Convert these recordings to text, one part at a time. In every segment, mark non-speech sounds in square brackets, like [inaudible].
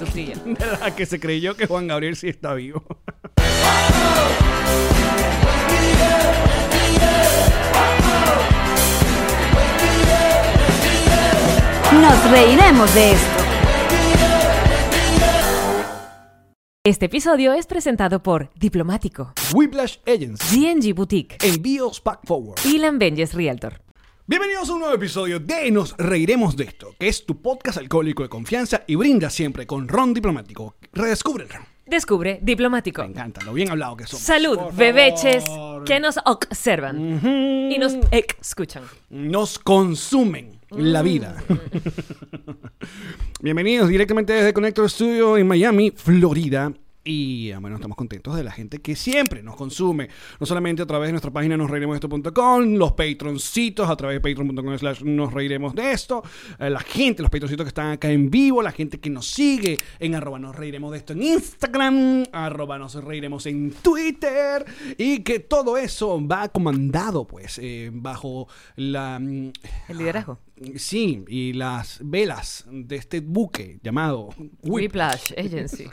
tortilla. [laughs] De la que se creyó que Juan Gabriel sí está vivo. Nos reiremos de esto. Este episodio es presentado por Diplomático, [laughs] Whiplash Agents. DNG Boutique, Envíos Pack Forward. y Benjes Realtor. Bienvenidos a un nuevo episodio de Nos Reiremos de Esto, que es tu podcast alcohólico de confianza y brinda siempre con ron diplomático. Redescúbrelo. Descubre Diplomático. Me encanta, lo bien hablado que somos. Salud, Por bebeches favor. Mm. que nos observan y nos escuchan. nos consumen la Mm. vida. Bienvenidos directamente desde Connector Studio en Miami, Florida. Y ah, bueno, estamos contentos de la gente que siempre nos consume. No solamente a través de nuestra página nosreiremosesto.com, los patroncitos a través de patreon.com slash nos reiremos de esto, eh, la gente, los patroncitos que están acá en vivo, la gente que nos sigue en arroba nos reiremos de esto en Instagram, arroba nos reiremos en Twitter y que todo eso va comandado pues eh, bajo la... mm, El liderazgo. Sí, y las velas de este buque llamado Whip, Ah. Whiplash Agency.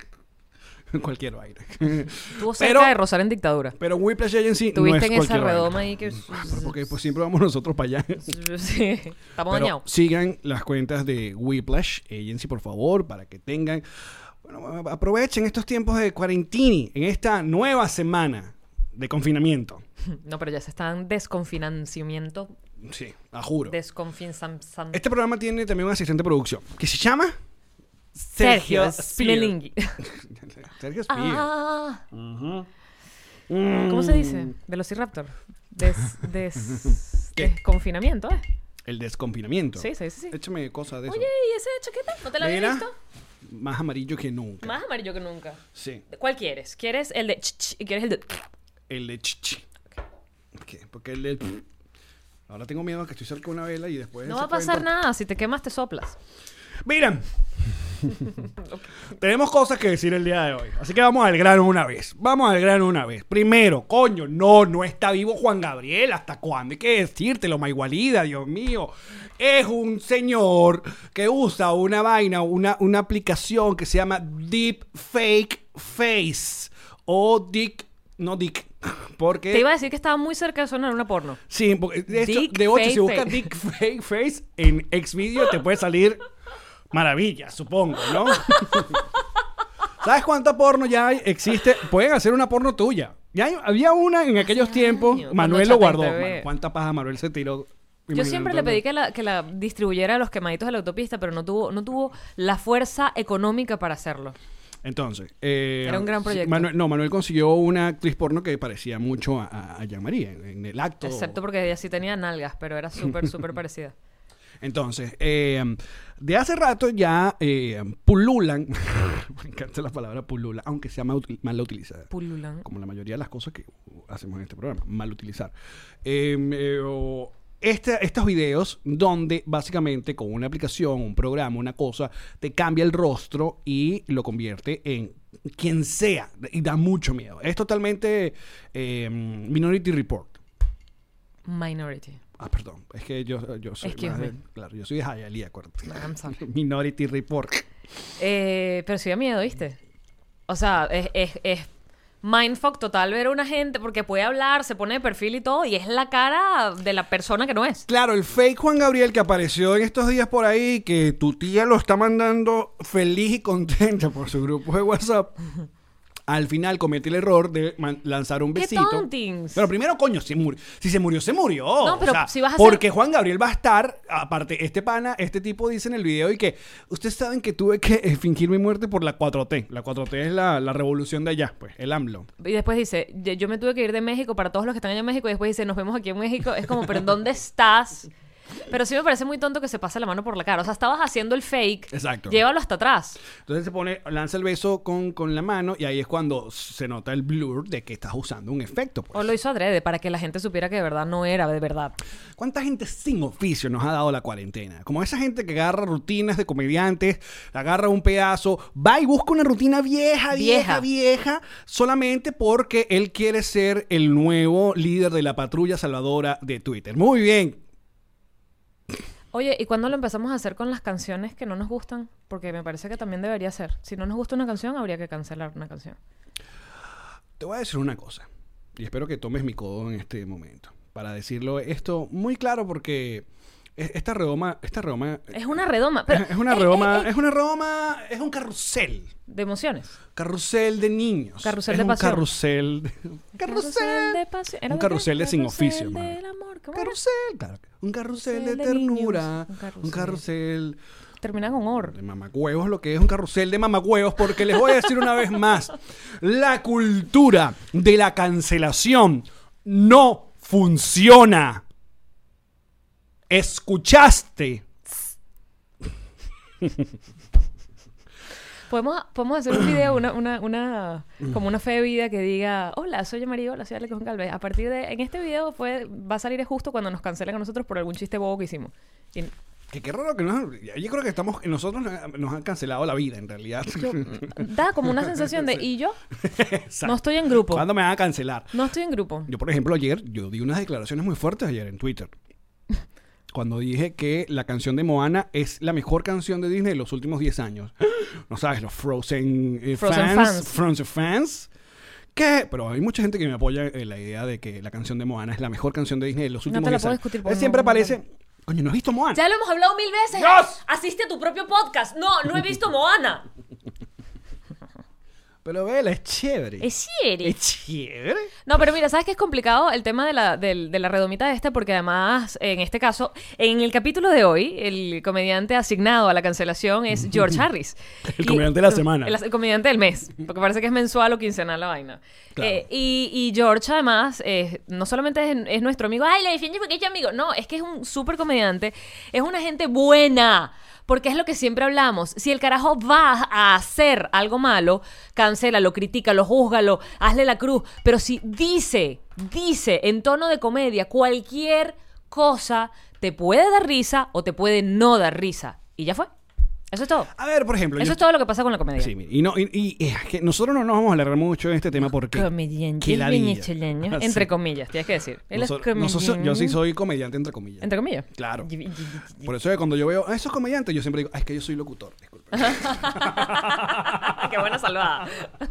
cualquier aire. [laughs] Estuvo cerca pero, de rozar en dictadura. pero Whiplash Agency no Tuviste es en esa cualquier vaina. redoma ahí que... Pero Porque pues siempre vamos nosotros para allá. [laughs] Sí, estamos Pero dañados. sigan las cuentas de Whiplash Agency, por favor, para que tengan... Bueno, aprovechen estos tiempos de cuarentini en esta nueva semana de confinamiento. No, pero ya se están desconfinanciamiento, Sí, a juro. desconfinanzamiento. Este programa tiene también un asistente de producción que se [laughs] llama... Sergio Spear. Smelinghi. Sergio Spear. Ah. ¿Cómo se dice? Velociraptor. Des, des, Mm. [laughs] ¿Qué? Desconfinamiento, ¿eh? El desconfinamiento. Sí, sí, sí. sí. Échame cosas de eso. Oye, ¿y esa chaqueta? ¿No te la había Mira, visto? Más amarillo que nunca. Más amarillo que nunca. Sí. ¿Cuál quieres? ¿Quieres el de ch, ch y quieres el de El de chichi. Ok, Porque el de... Ahora tengo miedo a que estoy cerca de una vela y después... No se va a pasar cuenta. nada. Si te quemas, te soplas. [laughs] Miren. Tenemos cosas que decir el día de hoy. Así que vamos al grano una vez. Vamos al grano una vez. Primero, coño, no, no está vivo Juan Gabriel. ¿Hasta cuándo? Hay que decírtelo, maigualida, Dios mío. Es un señor que usa una vaina, una, una aplicación que se llama Deep Fake Face. O Dick, no Dick. [laughs] Porque. Te iba a decir que estaba muy cerca de sonar una porno. Sí, porque de hecho, Dick de 8, si Face buscas Face. Dick Fake Face en Xvideo, te puede salir maravilla, supongo, ¿no? [laughs] ¿Sabes cuánta porno ya hay- existe? Pueden hacer una porno tuya. Ya hay- había una en aquellos tiempos, años, Manuel cuando lo guardó. Chat en TV. Mano, ¿Cuánta paja Manuel se tiró? Yo siempre le pedí que... que la, que la distribuyera a los quemaditos de la autopista, pero no tuvo, no tuvo la fuerza económica para hacerlo. Entonces... eh, Era un gran sí, proyecto. Manuel- no, Manuel consiguió una actriz porno que parecía mucho a, a, a Jean-Marie en, en el acto. Excepto porque ella sí tenía nalgas, pero era [laughs] súper, súper parecida. Entonces, eh, de hace rato ya eh, pululan, [laughs] me encanta la palabra pulula, aunque sea mal, util- mal utilizada, Pululan. como la mayoría de las cosas que uh, hacemos en este programa, mal utilizar. Eh, eh, o este- estos videos donde básicamente con una aplicación, un programa, una cosa, te cambia el rostro y lo convierte en quien sea, y da mucho miedo. Es totalmente eh, Minority Report. Minority. Ah, perdón. Es que yo, yo soy Excuse más de- me. claro, yo soy de Hialeah, acuérdate. I'm sorry. Minority Report. Eh, pero sí da miedo, ¿viste? O sea, es, es, es mindfuck total ver a una gente porque puede hablar, se pone de perfil y todo, y es la cara de la persona que no es. Claro, el fake Juan Gabriel que apareció en estos días por ahí, que tu tía lo está mandando feliz y contenta por su grupo de WhatsApp. Al final cometí el error de man- lanzar un ¡Qué besito. tontings! Pero primero, coño, si, murió, si se murió, se murió. No, pero O sea, si vas a Porque Juan Gabriel va a estar, aparte, este pana, este tipo dice en el video y que ustedes saben que tuve que eh, fingir mi muerte por la 4T. La 4T es la, la revolución de allá, pues, el AMLO. Y después dice, "Yo- yo me tuve que ir de México para todos los que están allá en México, y después dice, nos vemos aquí en México. Es como, pero ¿en dónde estás? Pero sí me parece muy tonto que se pase la mano por la cara. O sea, estabas haciendo el fake. Exacto. Llévalo hasta atrás. Entonces se pone, lanza el beso con, con la mano y ahí es cuando se nota el blur de que estás usando un efecto. pues. O lo hizo adrede para que la gente supiera que de verdad no era de verdad. ¿Cuánta gente sin oficio nos ha dado la cuarentena? Como esa gente que agarra rutinas de comediantes, agarra un pedazo, va y busca una rutina vieja, vieja, Vieja. vieja, solamente porque él quiere ser el nuevo líder de la patrulla salvadora de Twitter. Muy bien. Oye, ¿y cuándo lo empezamos a hacer con las canciones que no nos gustan? Porque me parece que también debería ser. Si no nos gusta una canción, habría que cancelar una canción. Te voy a decir una cosa, y espero que tomes mi codo en este momento, para decirlo esto muy claro porque e- esta redoma, esta redoma, Es una redoma. pero- eh, es una ¡Ey, ey, redoma, ey! es una redoma, es un carrusel. eh, De emociones. Carrusel de niños. Carrusel es de un pasión. carrusel. de- carrusel. de pasión. ¿Era Un de qué? carrusel de sin oficio, Carrusel mano. del amor. ¿Cómo era? Carrusel, claro. Un carrusel de Carrusel de niños. ternura. Un carrusel. Un carrusel Termina con or. de mamacuevos, lo que es un carrusel de mamacuevos, porque les voy a decir una vez más, la cultura de la cancelación no funciona. ¿Escuchaste? ¿Podemos, podemos hacer un video, una, una, una, como una fe de vida que diga, hola, soy María, hola, soy Alex Juan Calvez. A partir de, en este video fue, va a salir justo cuando nos cancelen a nosotros por algún chiste bobo que hicimos. Y- Que qué raro que nos, yo creo que estamos nosotros nos han cancelado la vida en realidad. da como una [laughs] sensación de, ¿y yo? Exacto. No estoy en grupo. ¿Cuándo me van a cancelar? No estoy en grupo. Yo, por ejemplo, ayer, yo di unas declaraciones muy fuertes ayer en [laughs] Twitter. Cuando dije que la canción de Moana es la mejor canción de Disney de los últimos 10 años. [gasps] No sabes, los Frozen, eh, Frozen fans, fans. Frozen fans. Que, pero hay mucha gente que me apoya en la idea de que la canción de Moana es la mejor canción de Disney de los No te últimos la 10 puedo años. discutir porque Entonces siempre no- no- aparece, coño, ¿no has visto Moana? Ya lo hemos hablado mil veces. ¡Dios! Asiste a tu propio podcast. No, no he visto Moana. Pero vela, es chévere. Es serio. Es chévere. No, pero mira, ¿sabes que es complicado el tema de la, del- de la redomita esta? Porque además, en este caso, en el capítulo de hoy, el comediante asignado a la cancelación es George Harris. [laughs] El Y- comediante de la semana. El, as- el comediante del mes, porque parece que es mensual o quincenal la vaina. Claro. Eh, y, y George, además, eh, no solamente es, es nuestro amigo, ay, le defiende porque es tu amigo. No, es que es un súper comediante, es una gente buena. Porque es lo que siempre hablamos. Si el carajo va a hacer algo malo, cancélalo, critícalo, júzgalo, hazle la cruz. Pero si dice, dice en tono de comedia cualquier cosa, te puede dar risa o te puede no dar risa. Y ya fue. Eso es todo. A ver, por ejemplo. Eso Ah, yo- es todo lo que pasa con la comedia. Sí, mira, y, no, y, y es que nosotros no nos vamos a alargar mucho en este tema porque... qué comediantes ladilla. [laughs] venezolanos, Ah, sí. entre comillas, tienes que decir. Él es Noso- nosotros- yo sí comediante. soy comediante, entre comillas. Entre comillas. Claro. Por eso que cuando yo veo a esos comediantes, yo siempre digo, "Ah, es que yo soy locutor, disculpe. [laughs] Qué buena salvada. [laughs]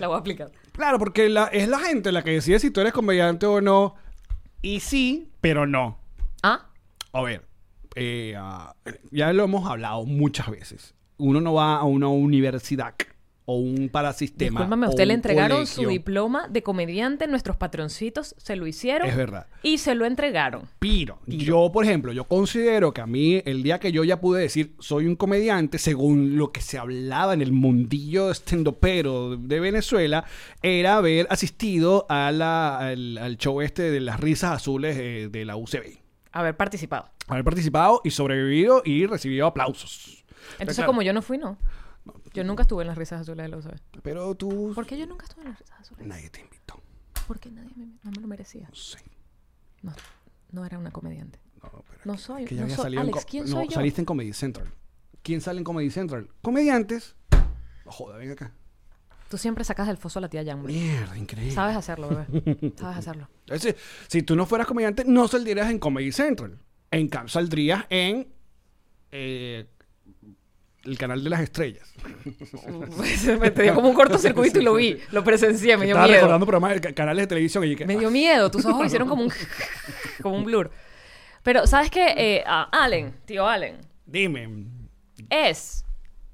la voy a aplicar. claro, porque la- es la gente la que decide si tú eres comediante o no. Y sí, pero no. ¿Ah? A ver, eh, ah, ya lo hemos hablado muchas veces. Uno no va a una universidad o un parasistema. Discúlpame, a o usted le un entregaron su colegio. diploma de comediante, nuestros patroncitos se lo hicieron. Es verdad. Y se lo entregaron. Piro. Yo, por ejemplo, yo considero que a mí, el día que yo ya pude decir soy un comediante, según lo que se hablaba en el mundillo estendopero de Venezuela, era haber asistido a la- al, al show este de las risas azules eh, de la UCB. Haber participado. Haber participado y sobrevivido y recibido aplausos. Pero Entonces, claro, como yo no fui, no. Yo nunca estuve en las risas azules de la UCB. Pero tú... ¿Por qué yo nunca estuve en las risas azules? Nadie te invitó. Porque nadie me, no me lo merecía. No sé. No, no era una comediante. No, pero No es que- soy- es que ya Eh, no había soy- salido en Alex, co- ¿quién no, soy yo? saliste en Comedy Central. ¿Quién sale en Comedy Central? Comediantes. No joda, ven acá. Tú siempre sacas del foso a la tía Jan. Mierda, increíble. Sabes hacerlo, bebé. [laughs] Sabes hacerlo. Entonces, si tú no fueras comediante, no saldrías en Comedy Central. En cambio, saldrías en eh, el canal de las estrellas. me [laughs] te dio como un cortocircuito y lo vi, lo presencié, me dio Estaba miedo. recordando programas de ca- canales de televisión y yo que, Me ah, dio miedo, tus ojos hicieron como un [laughs] como un blur. Pero sabes que Allen, tío Allen, dime. es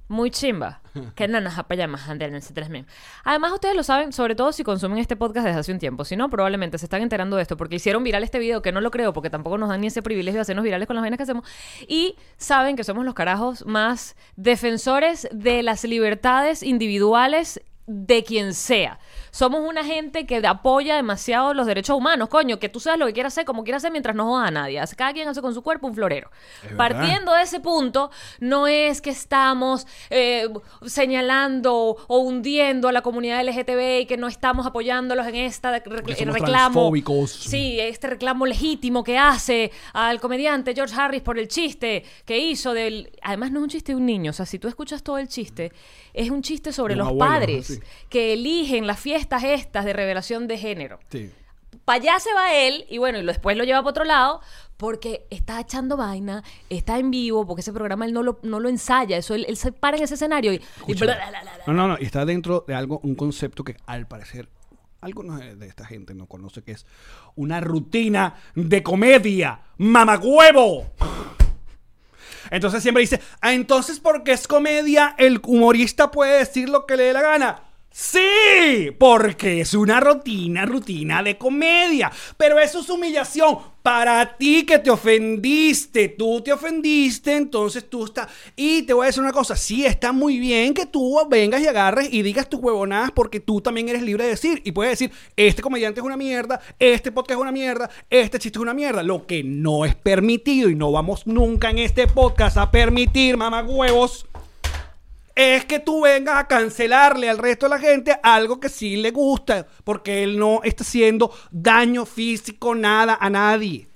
muy chimba. Que nanas apayamas ande en ese tres mil. Además, ustedes lo saben, sobre todo si consumen este podcast desde hace un tiempo. Si no, probablemente se están enterando de esto porque hicieron viral este video, que no lo creo, porque tampoco nos dan ni ese privilegio de hacernos virales con las vainas que hacemos. Y saben que somos los carajos más defensores de las libertades individuales de quien sea. Somos una gente que apoya demasiado los derechos humanos, coño, que tú seas lo que quieras hacer, como quieras hacer, mientras no jodas a nadie. Hace- Cada quien hace con su cuerpo un florero. verdad. Partiendo de ese punto, no es que estamos eh, señalando o hundiendo a la comunidad LGTBI, que no estamos apoyándolos en esta Porque recl- somos reclamo. transfóbicos. Sí, este reclamo legítimo que hace al comediante George Harris por el chiste que hizo del. Además, no es un chiste de un niño. O sea, si tú escuchas todo el chiste, es un chiste sobre Los los, abuelos, padres sí. que eligen las fiestas estas de revelación de género. Sí. Para allá se va él, y bueno, y lo- después lo lleva para otro lado, porque está echando vaina, está en vivo, porque ese programa él no lo, no lo ensaya. Eso él, él se para en ese escenario y. y Escúchame. bla, bla, bla, bla. No, no, no. y Está dentro de algo, un concepto que al parecer algunos de de esta gente no conoce, que es una rutina de comedia. ¡Mamagüevo! Entonces siempre dice, ah, entonces porque es comedia, el humorista puede decir lo que le dé la gana. Sí, porque es una rutina, rutina de comedia. Pero eso es humillación para ti que te ofendiste. Tú te ofendiste, entonces tú estás... Y te voy a decir una cosa, sí, está muy bien que tú vengas y agarres y digas tus huevonadas porque tú también eres libre de decir. Y puedes decir, este comediante es una mierda, este podcast es una mierda, este chiste es una mierda. Lo que no es permitido y no vamos nunca en este podcast a permitir, mamá huevos es que tú vengas a cancelarle al resto de la gente algo que sí le gusta, porque él no está haciendo daño físico nada a nadie.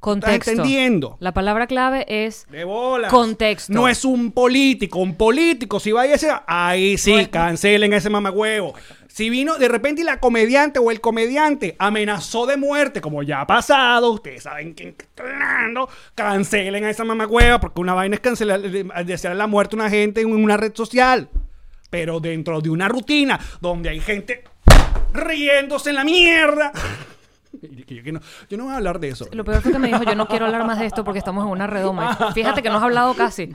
Contexto. entendiendo? La palabra clave es. De bolas. Contexto. No es un político. Un político, si va a decir, ahí sí, cancelen ese mamagüevo. Si vino de repente y la comediante o el comediante amenazó de muerte, como ya ha pasado, ustedes saben que cancelen a esa mamagüeva, porque una vaina es cancelar, desear la muerte a una gente en una red social. Pero dentro de una rutina donde hay gente riéndose en la mierda. [laughs] Y que Yo, que no, yo no voy a hablar de eso. Lo peor fue que me dijo, yo no quiero hablar más de esto porque estamos en una redoma. Fíjate que no has hablado casi.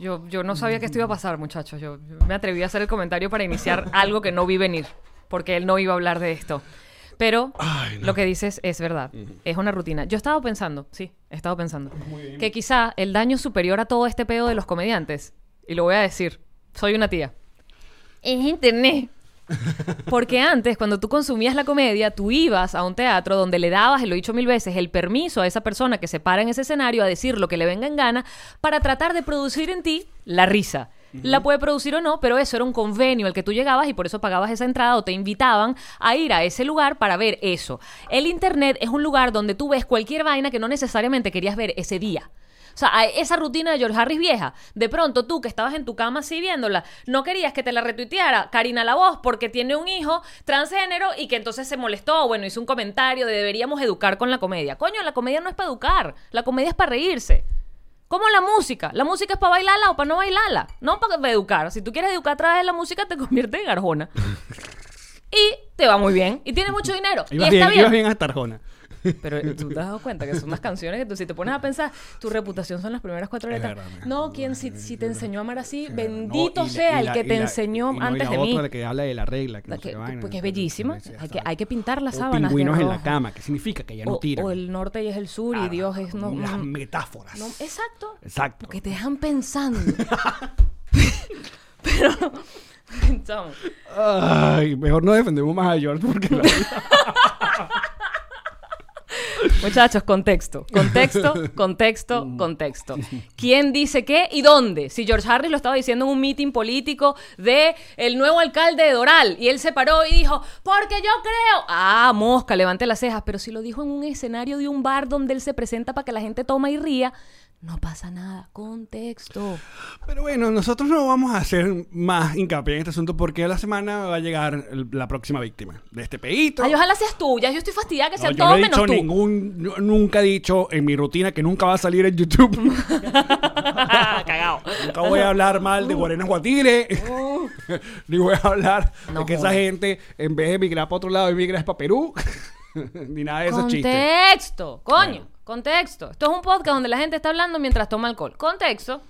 Yo, yo no sabía que esto iba a pasar, muchachos. Yo, yo me atreví a hacer el comentario para iniciar algo que no vi venir, porque él no iba a hablar de esto. Pero Ay, no. lo que dices es verdad. Es una rutina. Yo he estado pensando, sí, he estado pensando, que quizá el daño superior a todo este pedo de los comediantes, y lo voy a decir, soy una tía, es internet. Porque antes, cuando tú consumías la comedia, tú ibas a un teatro donde le dabas, y lo he dicho mil veces, el permiso a esa persona que se para en ese escenario a decir lo que le venga en gana para tratar de producir en ti la risa. La puede producir o no, pero eso era un convenio al que tú llegabas y por eso pagabas esa entrada o te invitaban a ir a ese lugar para ver eso. El Internet es un lugar donde tú ves cualquier vaina que no necesariamente querías ver ese día. O sea, a esa rutina de George Harris vieja, de pronto tú que estabas en tu cama así viéndola, no querías que te la retuiteara Karina La Voz porque tiene un hijo transgénero y que entonces se molestó, bueno, hizo un comentario de deberíamos educar con la comedia. Coño, la comedia no es para educar, la comedia es para reírse. Como la música. La música es para bailarla o para no bailarla. No para educar. Si tú quieres educar a través de la música, te [laughs] conviertes en garjona. y te va muy bien. Y tienes mucho dinero. Y, Ibas está bien, bien. ibas bien hasta Arjona. Pero eh, tú te has dado cuenta que son unas canciones que tú, si te pones a pensar, tu reputación son las primeras cuatro Es letras. verdad, no, quien si, si te enseñó a amar así, Sí, bendito no, y la- sea y el la- que y te la- enseñó y no, y antes la de otra, mí. la que habla de la regla. Que no La sé que- qué vaina, porque es no sé qué, bellísima. sí, Hay está que, hay que pintar O las sábanas. de Pingüinos en la rojo. cama, que significa que ya no O, tiran. o el norte y es el sur, Ah, y Dios es. No, Las no- metáforas. no- exacto. Exacto. Porque te [laughs] dejan pensando. [laughs] Pero. [laughs] Chamo. Ay, mejor no defendemos más a George porque [laughs] la- Muchachos, contexto. Contexto, contexto, contexto. ¿Quién dice qué y dónde? Si George Harris lo estaba diciendo en un meeting político de el nuevo alcalde de Doral y él se paró y dijo, porque yo creo. Ah, mosca, levante las cejas. Pero si lo dijo en un escenario de un bar donde él se presenta para que la gente toma y ría, no pasa nada. Contexto. Pero bueno, nosotros no vamos a hacer más hincapié en este asunto porque a la semana va a llegar el- la próxima víctima de este peito. Ay, ojalá seas tú. Ya yo estoy fastidiada que No, sea yo todo no he menos dicho tú. ningún, yo nunca he dicho en mi rutina que nunca va a salir en YouTube. [laughs] Cagao. Uh. nunca voy a hablar mal de Guarenas Guatire. [laughs] Ni voy a hablar No de que esa jodas. gente, en vez de emigrar para otro lado, emigra es para Perú. [laughs] Ni nada de esos chistes. Contexto, coño, contexto. Esto es un podcast donde la gente está hablando mientras toma alcohol. Contexto.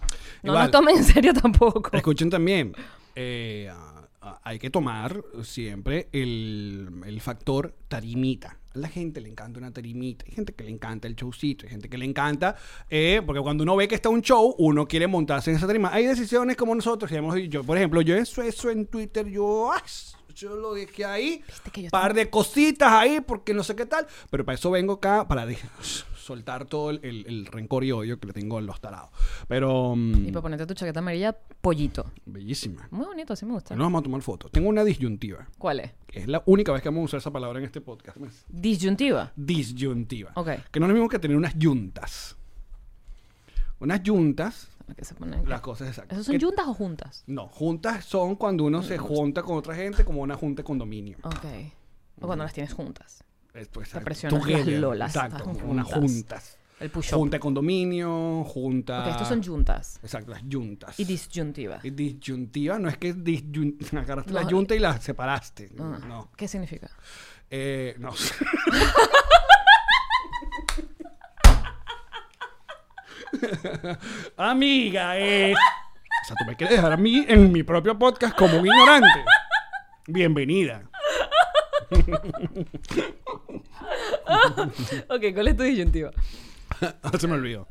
No Igual. nos tomen en serio tampoco. Escuchen también, eh, a- a- hay que tomar siempre el, el factor tarimita. A la gente le encanta una tarimita, hay gente que le encanta el showcito, hay gente que le encanta, eh, porque cuando uno ve que está un show, uno quiere montarse en esa tarima. Hay decisiones como nosotros, digamos, yo, por ejemplo, yo eso, eso en Twitter, yo... ah, yo lo dejé ahí, que yo par de cositas ahí, porque no sé qué tal, pero para eso vengo acá, para de- soltar todo el, el- el rencor y odio que le tengo a los tarados. Pero, mm, Y para ponerte tu chaqueta amarilla, pollito. bellísima. Muy bonito, así me gusta. No vamos a tomar fotos. Tengo una disyuntiva, ¿Cuál es? que es la única vez que vamos a usar esa palabra en este podcast. ¿ves? Disyuntiva. Disyuntiva. Ok. Que no es lo mismo que tener unas yuntas. Unas yuntas, ¿Qué se pone? las cosas exactas. ¿Esos son que- yuntas Mm. o juntas? No, juntas son cuando uno se junta con otra gente como una junta de condominio. Ok. O cuando las tienes juntas. Es, pues, Ah, Te exacto, presionan together, las lolas, Exacto, estás unas juntas. juntas. El push-up. Junta de condominio, junta... Ok, estos son yuntas. Exacto, las yuntas. Y disyuntiva. Y disyuntiva, no es que disyun- [laughs] agarraste la No, yunta y la separaste. No. Ah. ¿Qué significa? Eh, no. [laughs] Amiga, eh. O sea, tú me quieres dejar a mí en mi propio podcast como un ignorante. Bienvenida. [laughs] ok, ¿cuál es tu disyuntiva? Ah, Se me olvidó.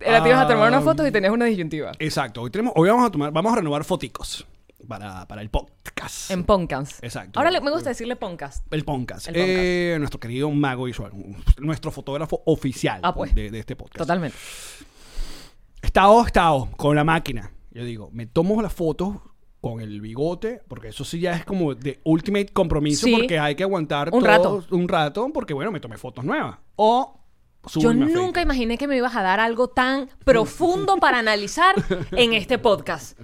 Era te ibas a tomar unas Ah, fotos y tenías una disyuntiva. Exacto. Hoy tenemos, hoy vamos a tomar, vamos a renovar foticos para, para el podcast. En Poncans. Exacto. Ahora le- me gusta decirle Poncas. El podcast. El podcast. Eh, nuestro querido mago visual, nuestro fotógrafo oficial Ah, pues. de, de este podcast. Totalmente. Estado, estado, con la máquina. Yo digo, me tomo las fotos con el bigote, porque eso sí ya es como de ultimate compromiso, Sí. porque hay que aguantar Un todo- rato. un rato, porque bueno, me tomé fotos nuevas. O subo Yo y me afeito. nunca imaginé que me ibas a dar algo tan profundo para analizar en este podcast.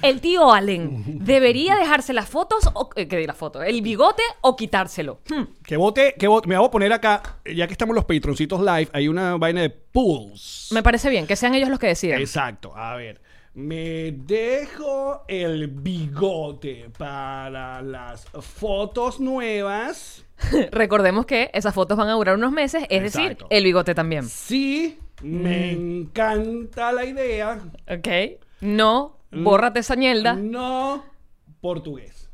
El tío Allen, ¿debería dejarse las fotos o eh, que di la foto, el bigote o quitárselo? Hmm. Que vote, que vote. Me voy a poner acá, ya que estamos los patroncitos live, hay una vaina de pools. Me parece bien, que sean ellos los que decidan. Exacto, a ver. Me dejo el bigote para las fotos nuevas. [laughs] Recordemos que esas fotos van a durar unos meses, es Exacto. decir, el bigote también. Sí, me Mm. encanta la idea. ¿Ok? No, Mm. bórrate esa ñelda. No [laughs] portugués.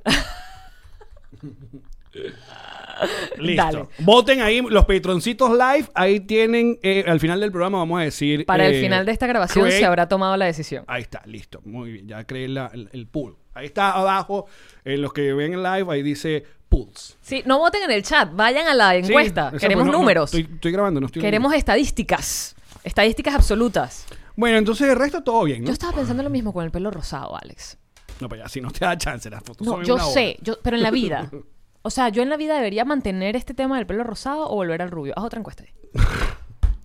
Dale. Listo. Voten ahí los patroncitos live. Ahí tienen, eh, al final del programa vamos a decir... Para el eh, final de esta grabación create- se habrá tomado la decisión. Ahí está, listo. Muy bien, ya creé la- el, el pool. Ahí está abajo, en los que ven el live, ahí dice pools. Sí, no voten en el chat, vayan a la Sí, encuesta. eso, Queremos pues, no, no, números. estoy, estoy grabando, no estoy Queremos estadísticas. Estadísticas absolutas. Bueno, entonces el resto todo bien, ¿no? Yo estaba pensando lo mismo con el pelo rosado, Alex. No, pero ya, si no te da chance, las fotos No, son en yo una hora. sé, yo, pero en [laughs] la vida. O sea, yo en la vida debería mantener este tema del pelo rosado o volver al rubio. Haz otra [laughs] encuesta. ahí.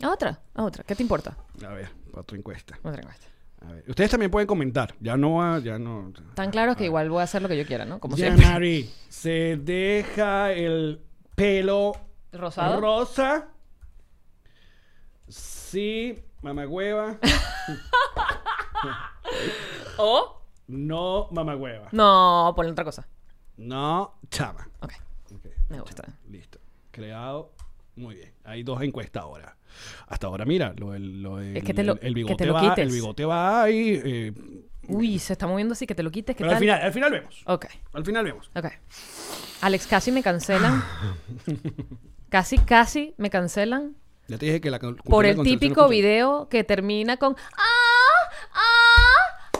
Haz otra, haz otra. ¿Qué te importa? A ver, otra encuesta. Otra encuesta. A ver, Ustedes también pueden comentar. Ya no va, ya no. Tan claro que igual voy a hacer lo que yo quiera, ¿no? Como Ah. Ya, siempre. Mari, se deja el pelo [laughs] ¿Rosado? rosa. Sí, [laughs] mamagüeva. ¿O? no, mamagüeva. No, ponle otra cosa. No, chama. Ok, Ok, me gusta. Listo. Creado. Muy bien. Hay dos encuestas ahora. Hasta ahora, mira, lo, del- lo del- Es que te lo- el, que bigote te lo va, quites. El bigote va ahí. eh, Uy, se está moviendo así, que te lo quites, ¿qué pero tal? al final, al final vemos. Ok, Al final vemos. ok. Alex, casi me cancelan. [laughs] casi, casi me cancelan. Ya te dije que la cal- por cultura el de cancelación típico no funciona. video que termina con ¡Ah! ¡Ah! ¡Ah!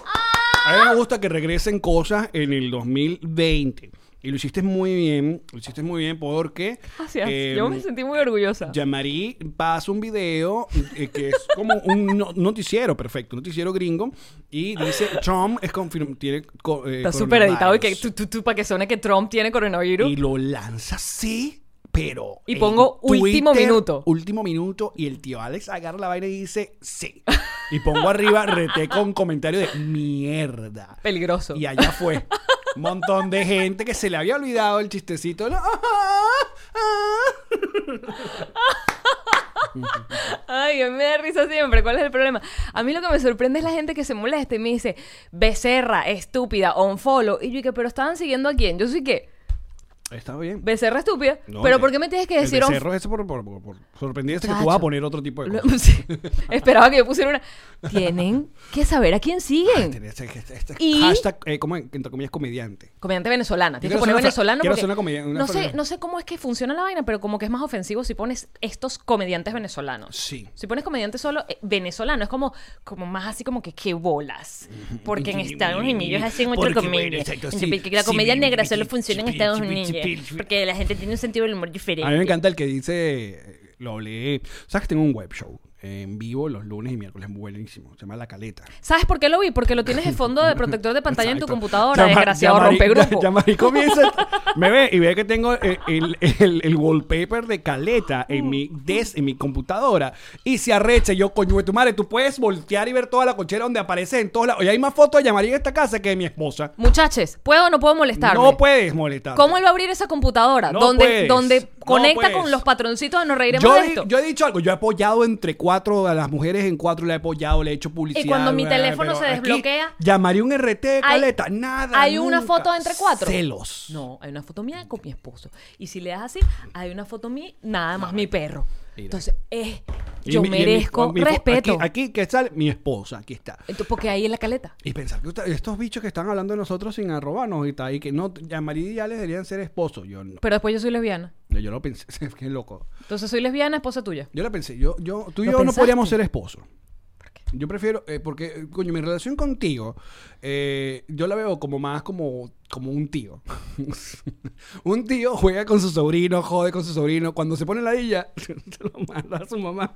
A mí me gusta que regresen cosas en el 2020. Y lo hiciste muy bien. Lo hiciste muy bien porque. Gracias. eh, Yo me sentí muy orgullosa. Yamari pasa un video eh, que es como un no- noticiero, perfecto, un noticiero gringo, y dice Trump es confirm tiene co- eh, Está súper editado y que coronavirus". tú, tú, tú, para que suene que Trump tiene coronavirus. Y lo lanza así, pero. Y en pongo último minuto. Último minuto. Y el tío Alex agarra la vaina y dice sí. Y pongo arriba, reté con comentario de [laughs] mierda. Peligroso. Y allá fue. Un montón de gente que se le había olvidado el chistecito. "Ah, ¿no? ah, Ay, a mí me da risa siempre. ¿Cuál es el problema? A mí lo que me sorprende es la gente que se molesta y me dice, becerra, estúpida, onfollow. Y yo que, pero estaban siguiendo a quién. Yo soy que, Está bien. becerra estúpida. No, pero el- ¿por qué me tienes que decir El on- becerro ese por, por, por- por sorprendiste este que tú vas a Muchacho. poner otro tipo de [laughs] Lo- cosas. sí. Esperaba que yo pusiera una. tienen que saber a quién siguen. Este- este- este Y- Hashtag, eh, como en- entre comillas, comediante. Comediante venezolana. Tienes quiero que hacer una poner fra- venezolano quiero porque hacer una comedia- una no, sé, fra- no sé cómo es que funciona la vaina, pero como que es más ofensivo si pones estos comediantes venezolanos. Sí. Si pones comediante solo eh, venezolano, es como, como más así como que qué bolas. Porque en Estados Unidos hacen otra Porque, comedia. bueno, exacto, sí, Porque la sí, comedia sí, negra sí, solo sí, funciona en sí, Estados sí, sí, Unidos. sí, sí. Porque la gente tiene un sentido del humor A mí me diferente. encanta el que dice, lo hablé, sabes que tengo un web show en vivo los lunes y miércoles, buenísimo, se llama La Caleta. ¿Sabes por qué lo vi? Porque lo tienes de fondo [laughs] de protector de pantalla en tu Exacto. computadora, Ya Mari- desgraciado ya Mari- rompegrupo. [laughs] Ya, ya Mari comienza, me ve y ve que tengo el, el- el- el wallpaper de Caleta en mi Mm. des, en mi computadora y se arrecha. y Yo, coño de tu madre, tú puedes voltear y ver toda la cochera donde aparece en todos lados. Y hay más fotos de Yamari en esta casa que de mi esposa. Muchachos, ¿puedo o no puedo molestarme? No puedes molestar. ¿Cómo él va a abrir esa computadora? No donde puedes, donde no conecta puedes. con los patroncitos de nos reiremos yo, de he- esto. yo he dicho algo, yo he apoyado entre cuatro a las mujeres en cuatro, le he apoyado, le he hecho publicidad. Y cuando mi eh, teléfono pero se aquí, desbloquea- Llamaré un RT, Hay- Caleta, nada. hay una nunca. foto entre cuatro. Celos. No, hay una foto mía con mi esposo. Y si le das así, hay una foto mía, nada más mi perro. Entonces, eh, Y yo mi- y mi- merezco mi- respeto. Aquí, aquí que sale mi esposa, aquí está. Entonces, porque ahí en la caleta. Y pensar que usted- estos bichos que están hablando de nosotros sin arrobarnos y está ahí, que no, ya María y Alex deberían ser esposos. Yo no. Pero después yo soy lesbiana. Yo lo pensé, [laughs] qué loco. Entonces soy lesbiana, esposa tuya. Yo lo pensé, yo, yo, tú y ¿Lo yo no pensaste? podríamos ser esposos. Yo prefiero, eh, porque, eh, coño, mi relación contigo, eh, yo la veo como más como, como un tío. [laughs] un tío juega con su sobrino, jode con su sobrino. Cuando se pone la villa, [laughs] se lo manda a su mamá.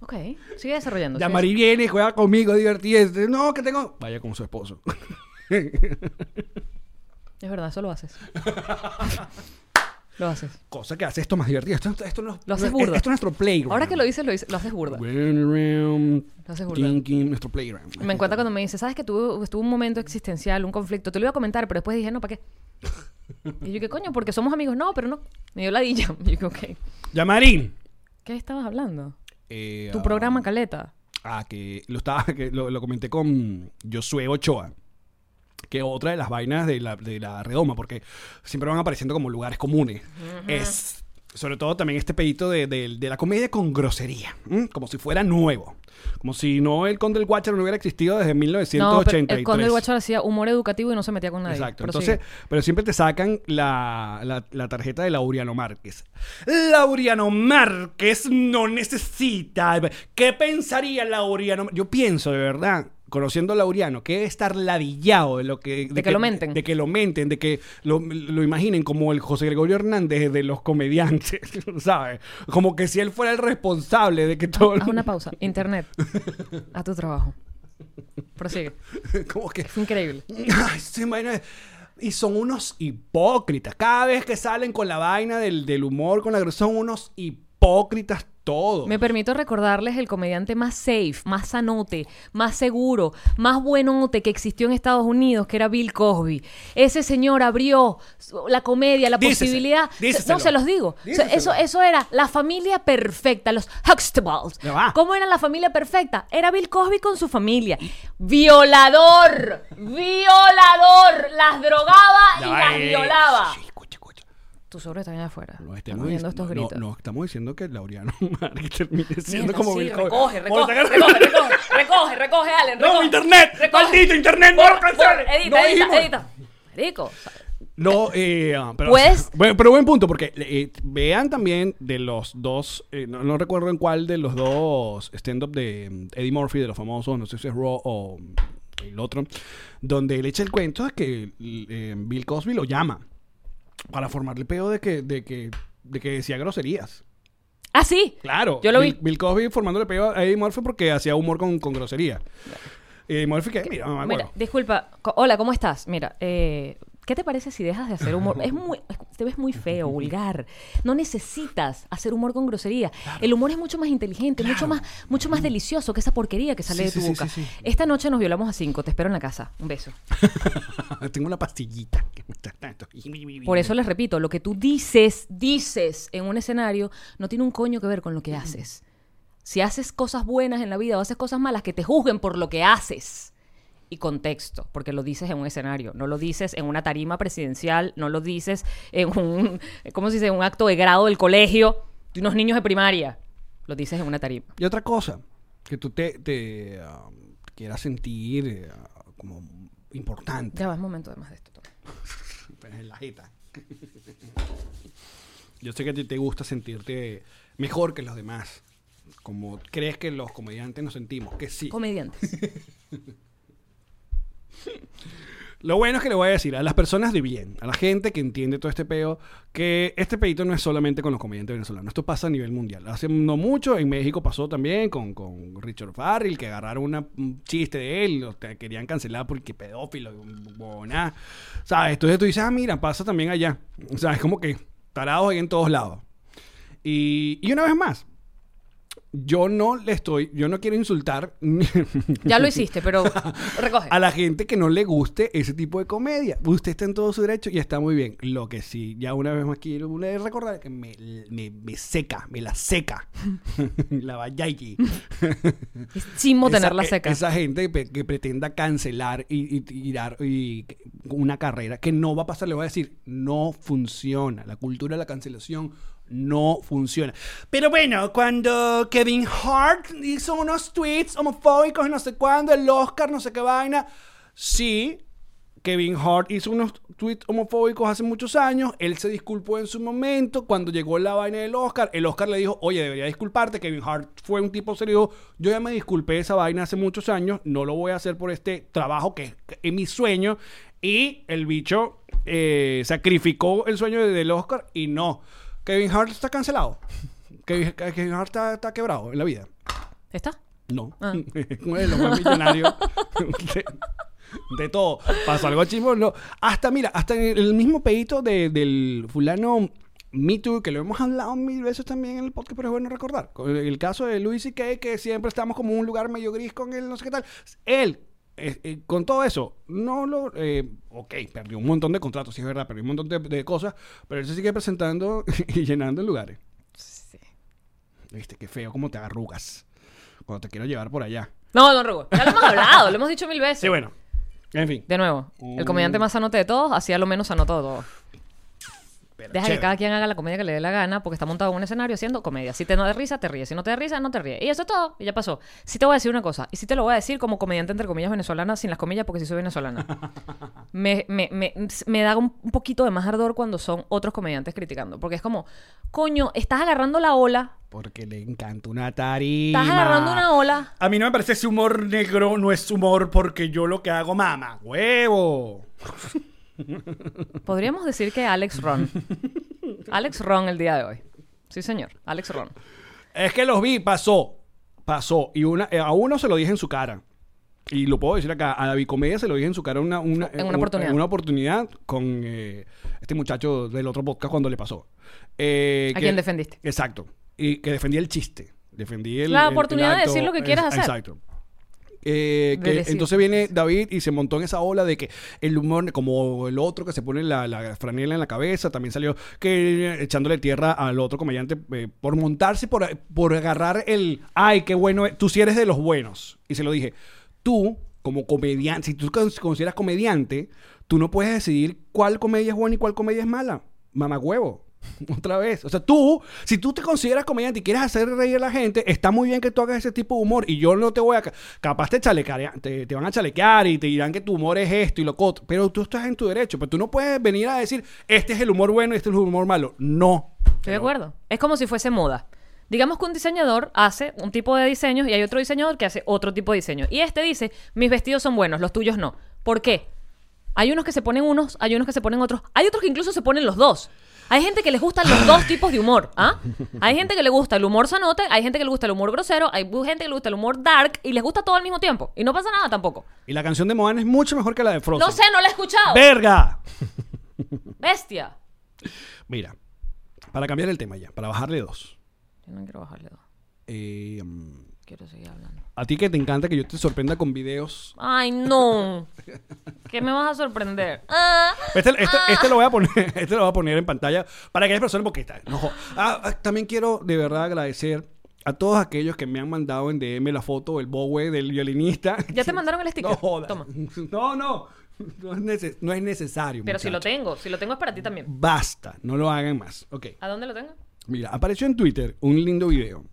Ok, sigue desarrollando. Ya sigue Mari viene y juega conmigo, divertirse. No, que tengo. Vaya con su [laughs] esposo. desarrollando. Es verdad, eso [laughs] lo haces. lo haces. Cosa que hace esto más divertido. Esto, esto no, Lo haces no- burda. Esto es nuestro playground. Ahora que lo dices, lo, dices- lo haces burda. Lo haces haces burda. nuestro playground. Me encanta cuando me dice, ¿sabes que tuve, estuvo un momento existencial, un conflicto? Te lo iba a comentar, pero después dije, no, ¿para qué? Y yo, ¿qué coño? Porque somos amigos. No, pero no. Me dio la dilla. [laughs] Y yo, ok. Yamarín. ¿Qué estabas hablando? Eh, Tu ah, programa Caleta. Ah, que lo, estaba, [laughs] que lo, lo comenté con Josué Ochoa. Que otra de las vainas de la, de la redoma, porque siempre van apareciendo como lugares comunes. Es. Sobre todo también este pedito de, de- de la comedia con grosería, ¿m? como si fuera nuevo. Como si no el Conde del Guacharo no hubiera existido desde No, 1983. pero eh, el Conde del Guachar hacía humor educativo y no se metía con nadie. Exacto. Prosigue. Entonces, pero siempre te sacan la, la- la tarjeta de Lauriano Márquez. Lauriano Márquez no necesita. ¿Qué pensaría Lauriano? Mar- Yo pienso, de verdad, conociendo a Lauriano, que debe estar ladillado de lo que. De que lo menten. De que lo menten, de que lo, lo imaginen como el José Gregorio Hernández de los comediantes, [laughs] ¿sabes? Como que si él fuera el responsable de que todo. Haz Ah, una pausa. Internet. A tu trabajo. Prosigue. [laughs] como que. Es increíble. [laughs] Ay, se imagina- Y son unos hipócritas. Cada vez que salen con la vaina del, del humor, con la gro- son unos hipócritas todos. Me permito recordarles el comediante más safe, más sanote, más seguro, más buenote que existió en Estados Unidos, que era Bill Cosby. Ese señor abrió su- la comedia, la Dícese, posibilidad. díceselo. No, se los digo. O sea, Díceselo. eso, eso era la familia perfecta, los Huxtables. Ya va. ¿Cómo era la familia perfecta? Era Bill Cosby con su familia. Violador, violador, las drogaba y Ya va, las eh, violaba. Sí, escucha, escucha. Tus sobres también afuera. No Están estamos, oyendo dic- estos no, gritos. no, estamos diciendo que Laureano [laughs] Márquez termine siendo Mierda, como sí, Bill Cosby. recoge, Vamos a recoge, sacar- [laughs] recoge, recoge, recoge, recoge, Allen, ¡No, recoge. internet! Recoge. ¡Maldito internet! ¡No Borra, lo borra, canceles! Edita, ¡No edita, dijimos! edita. Marico. o sea, No, eh, ah, pero, Puedes- [laughs] Bueno, pero buen punto, porque eh, vean también de los dos, eh, no, no recuerdo en cuál de los dos stand-up de mm, Eddie Murphy, de los famosos, no sé si es Raw o mm, el otro, donde él echa el cuento de que eh, Bill Cosby lo llama para formarle peo de que, de que, de que decía groserías. Ah, sí. Claro. Yo lo Bill, vi. Bill Cosby formándole peo a Eddie Murphy porque hacía humor con, con grosería. Eddie Murphy que, mira, mamá, Mira, huevo. disculpa. Co- Hola, ¿cómo estás? Mira, eh, ¿qué te parece si dejas de hacer humor? Es muy, es- te ves muy feo, vulgar. No necesitas hacer humor con grosería. El humor es mucho más inteligente, mucho más, mucho más delicioso que esa porquería que sale Sí, de tu sí, sí, boca. sí, sí. Esta noche nos violamos a cinco. Te espero en la casa. Un beso. [laughs] Tengo una pastillita que me está tanto. Por eso les repito, lo que tú dices, dices en un escenario, no tiene un coño que ver con lo que haces. Si haces cosas buenas en la vida o haces cosas malas, que te juzguen por lo que haces. Y contexto, porque lo dices en un escenario, no lo dices en una tarima presidencial, no lo dices en un, ¿cómo se dice? Un acto de grado del colegio de unos niños de primaria. Lo dices en una tarima. Y otra cosa, que tú te, te, ah, quieras sentir eh, ah, como importante. Ya va, es momento de más de esto. toma. Pero Pues en la jeta. [laughs] Yo sé que a ti te gusta sentirte mejor que los demás. Como crees que los comediantes nos sentimos, que sí. Comediantes. Lo bueno es que le voy a decir a las personas de bien, a la gente que entiende todo este peo, que este peito no es solamente con los comediantes venezolanos, esto pasa a nivel mundial. Hace no mucho en México pasó también con, con Richard Farrell, que agarraron una- un chiste de él, lo te- querían cancelar porque pedófilo, buena. ¿Sabes? Entonces tú dices, ah, mira, pasa también allá. O sea, es como que tarados ahí en todos lados. Y, y una vez más, yo no le estoy, yo no quiero insultar. [laughs] ni- Ya lo hiciste, [laughs] pero recoge. a la gente que no le guste ese tipo de comedia. Usted está en todo su derecho y está muy bien. Lo que sí, ya una vez más quiero volver a recordar que me, me- me seca, me la seca. [laughs] la vallay. Es chimbo tenerla Esa- e, seca. Esa gente pe- que, pretenda cancelar y, y tirar y que- una carrera que no va a pasar, le voy a decir, no funciona. La cultura de la cancelación no funciona. Pero bueno, cuando Kevin Hart hizo unos tweets homofóbicos, no sé cuándo, el Oscar, no sé qué vaina, sí. Kevin Hart hizo unos tweets homofóbicos hace muchos años. Él se disculpó en su momento. Cuando llegó la vaina del Oscar, el Oscar le dijo: Oye, debería disculparte. Kevin Hart fue un tipo serio. Yo ya me disculpé de esa vaina hace muchos años. No lo voy a hacer por este trabajo que es mi sueño. Y el bicho eh, sacrificó el sueño del Oscar y no. Kevin Hart está cancelado. [laughs] Kevin, Kevin Hart está- está quebrado en la vida. ¿Está? No. [laughs] Ah. Es uno de los más millonarios de, de todo. Pasó algo chismo. No. Hasta, mira, hasta en el mismo pedito de- del fulano Me Too, que lo hemos hablado mil veces también en el podcast, pero es bueno recordar. Con El, el caso de Luis y que siempre estamos como en un lugar medio gris con él, no sé qué tal. Él. eh, eh, con todo eso, no lo. eh, ok, perdió un montón de contratos, sí es verdad, perdió un montón de, de cosas, pero él se sigue presentando [laughs] y llenando lugares. Viste, qué feo como te arrugas cuando te quiero llevar por allá. No, don Rugo. Ya lo hemos hablado, lo hemos dicho mil veces. Sí, bueno. Mm. En fin. De nuevo, el comediante más sanote de todos hacía lo menos sanote de todos. pero Deja chévere. que cada quien haga la comedia que le dé la gana porque está montado en un escenario haciendo comedia. Si te no da risa, te ríes. Si no te da risa, no te ríes. Y eso es todo. Y ya pasó. Si te voy a decir una cosa. Y si te lo voy a decir como comediante, entre comillas, venezolana, sin las comillas, porque si [laughs] soy venezolana. me, me- me- me da un, un poquito de más ardor cuando son otros comediantes criticando. Porque es como, coño, estás agarrando la ola. Porque le encanta una tarima. Estás agarrando una ola. A mí no me parece ese humor negro, no es humor porque yo lo que hago mama. ¡Huevo! Podríamos decir que Alex Ron. Alex Ron el día de hoy. Sí, señor. Alex Ron. Es que los vi, pasó. Pasó. Y una, eh, a uno se lo dije en su cara. Y lo puedo decir acá. A David Comedia se lo dije en su cara una, una, En un- una oportunidad. en una oportunidad con eh, este muchacho del otro podcast cuando le pasó. Eh, ¿A quién defendiste? Exacto. Y que defendí el chiste. Defendí el. La el- el oportunidad de acto. decir lo que quieras hacer. Exacto. Eh, De que decir. entonces viene David y se montó en esa ola de que el humor, como el otro que se pone la, la franela en la cabeza, también salió que eh, echándole tierra al otro comediante eh, por montarse, por, por agarrar el, ay, qué bueno, es". tú sí eres de los buenos. Y se lo dije, tú como comediante, si tú cons- consideras comediante, tú no puedes decidir cuál comedia es buena y cuál comedia es mala. Mamagüevo. [laughs] Otra vez. O sea, tú, si tú te consideras comediante y quieres hacer reír a la gente, está muy bien que tú hagas ese tipo de humor. Y yo no te voy a. ca- Capaz te chalecar, te, te van a chalequear y te dirán que tu humor es esto y lo que otro. Pero tú estás en tu derecho. Pero tú no puedes venir a decir, este es el humor bueno y este es el humor malo. No. Estoy de acuerdo. Es como si fuese moda. Digamos que un diseñador hace un tipo de diseño y hay otro diseñador que hace otro tipo de diseño. Y este dice, mis vestidos son buenos, los tuyos no. ¿Por qué? Hay unos que se ponen unos, hay unos que se ponen otros, hay otros que incluso se ponen los dos. Hay gente que les gustan los dos tipos de humor, ¿ah? Hay gente que le gusta el humor sanote, hay gente que le gusta el humor grosero, hay bu- gente que le gusta el humor dark y les gusta todo al mismo tiempo. Y no pasa nada tampoco. Y la canción de Moana es mucho mejor que la de Frozen. No sé, no la he escuchado. ¡Verga! Bestia. Mira, para cambiar el tema ya, para bajarle dos. Yo no quiero bajarle dos. Eh, mm, Quiero seguir hablando. a ti que te encanta que yo te sorprenda con videos Ay, no. ¿Qué me vas a sorprender? Ah. Este, este- este lo voy a poner, [laughs] este lo voy a poner en pantalla para aquellas personas porque está- no jo- Ah, ah, también quiero de verdad agradecer a todos aquellos que me han mandado en DM la foto del Bowie del violinista. Ya te mandaron el sticker. No jodas. Toma. [laughs] No, no. No es, neces- no es necesario. Pero si lo muchachos. tengo, si lo tengo es para ti también. Basta, no lo hagan más. Ok. ¿A dónde lo tengo? Mira, apareció en Twitter un lindo video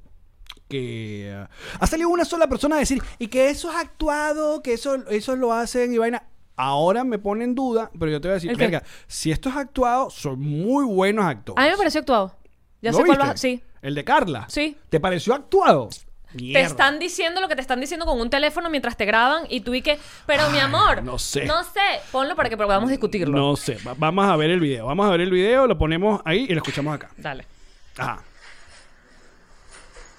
que eh, ha salido una sola persona a decir y que eso es actuado, que eso, eso lo hacen y vaina. Ahora me pone en duda, pero yo te voy a decir, ¿El qué? verga, si esto es actuado, son muy buenos actores. A mí me pareció actuado. Ya ¿Lo sé cuál viste? vas. Sí. El de Carla. Sí. ¿Te pareció actuado? Te están diciendo lo que te están diciendo con un teléfono mientras te graban y tú y que, pero mi amor, no sé. No sé, ponlo para que podamos discutirlo. No sé, va- vamos a ver el video. Vamos a ver el video, lo ponemos ahí y lo escuchamos acá. Dale. Ajá.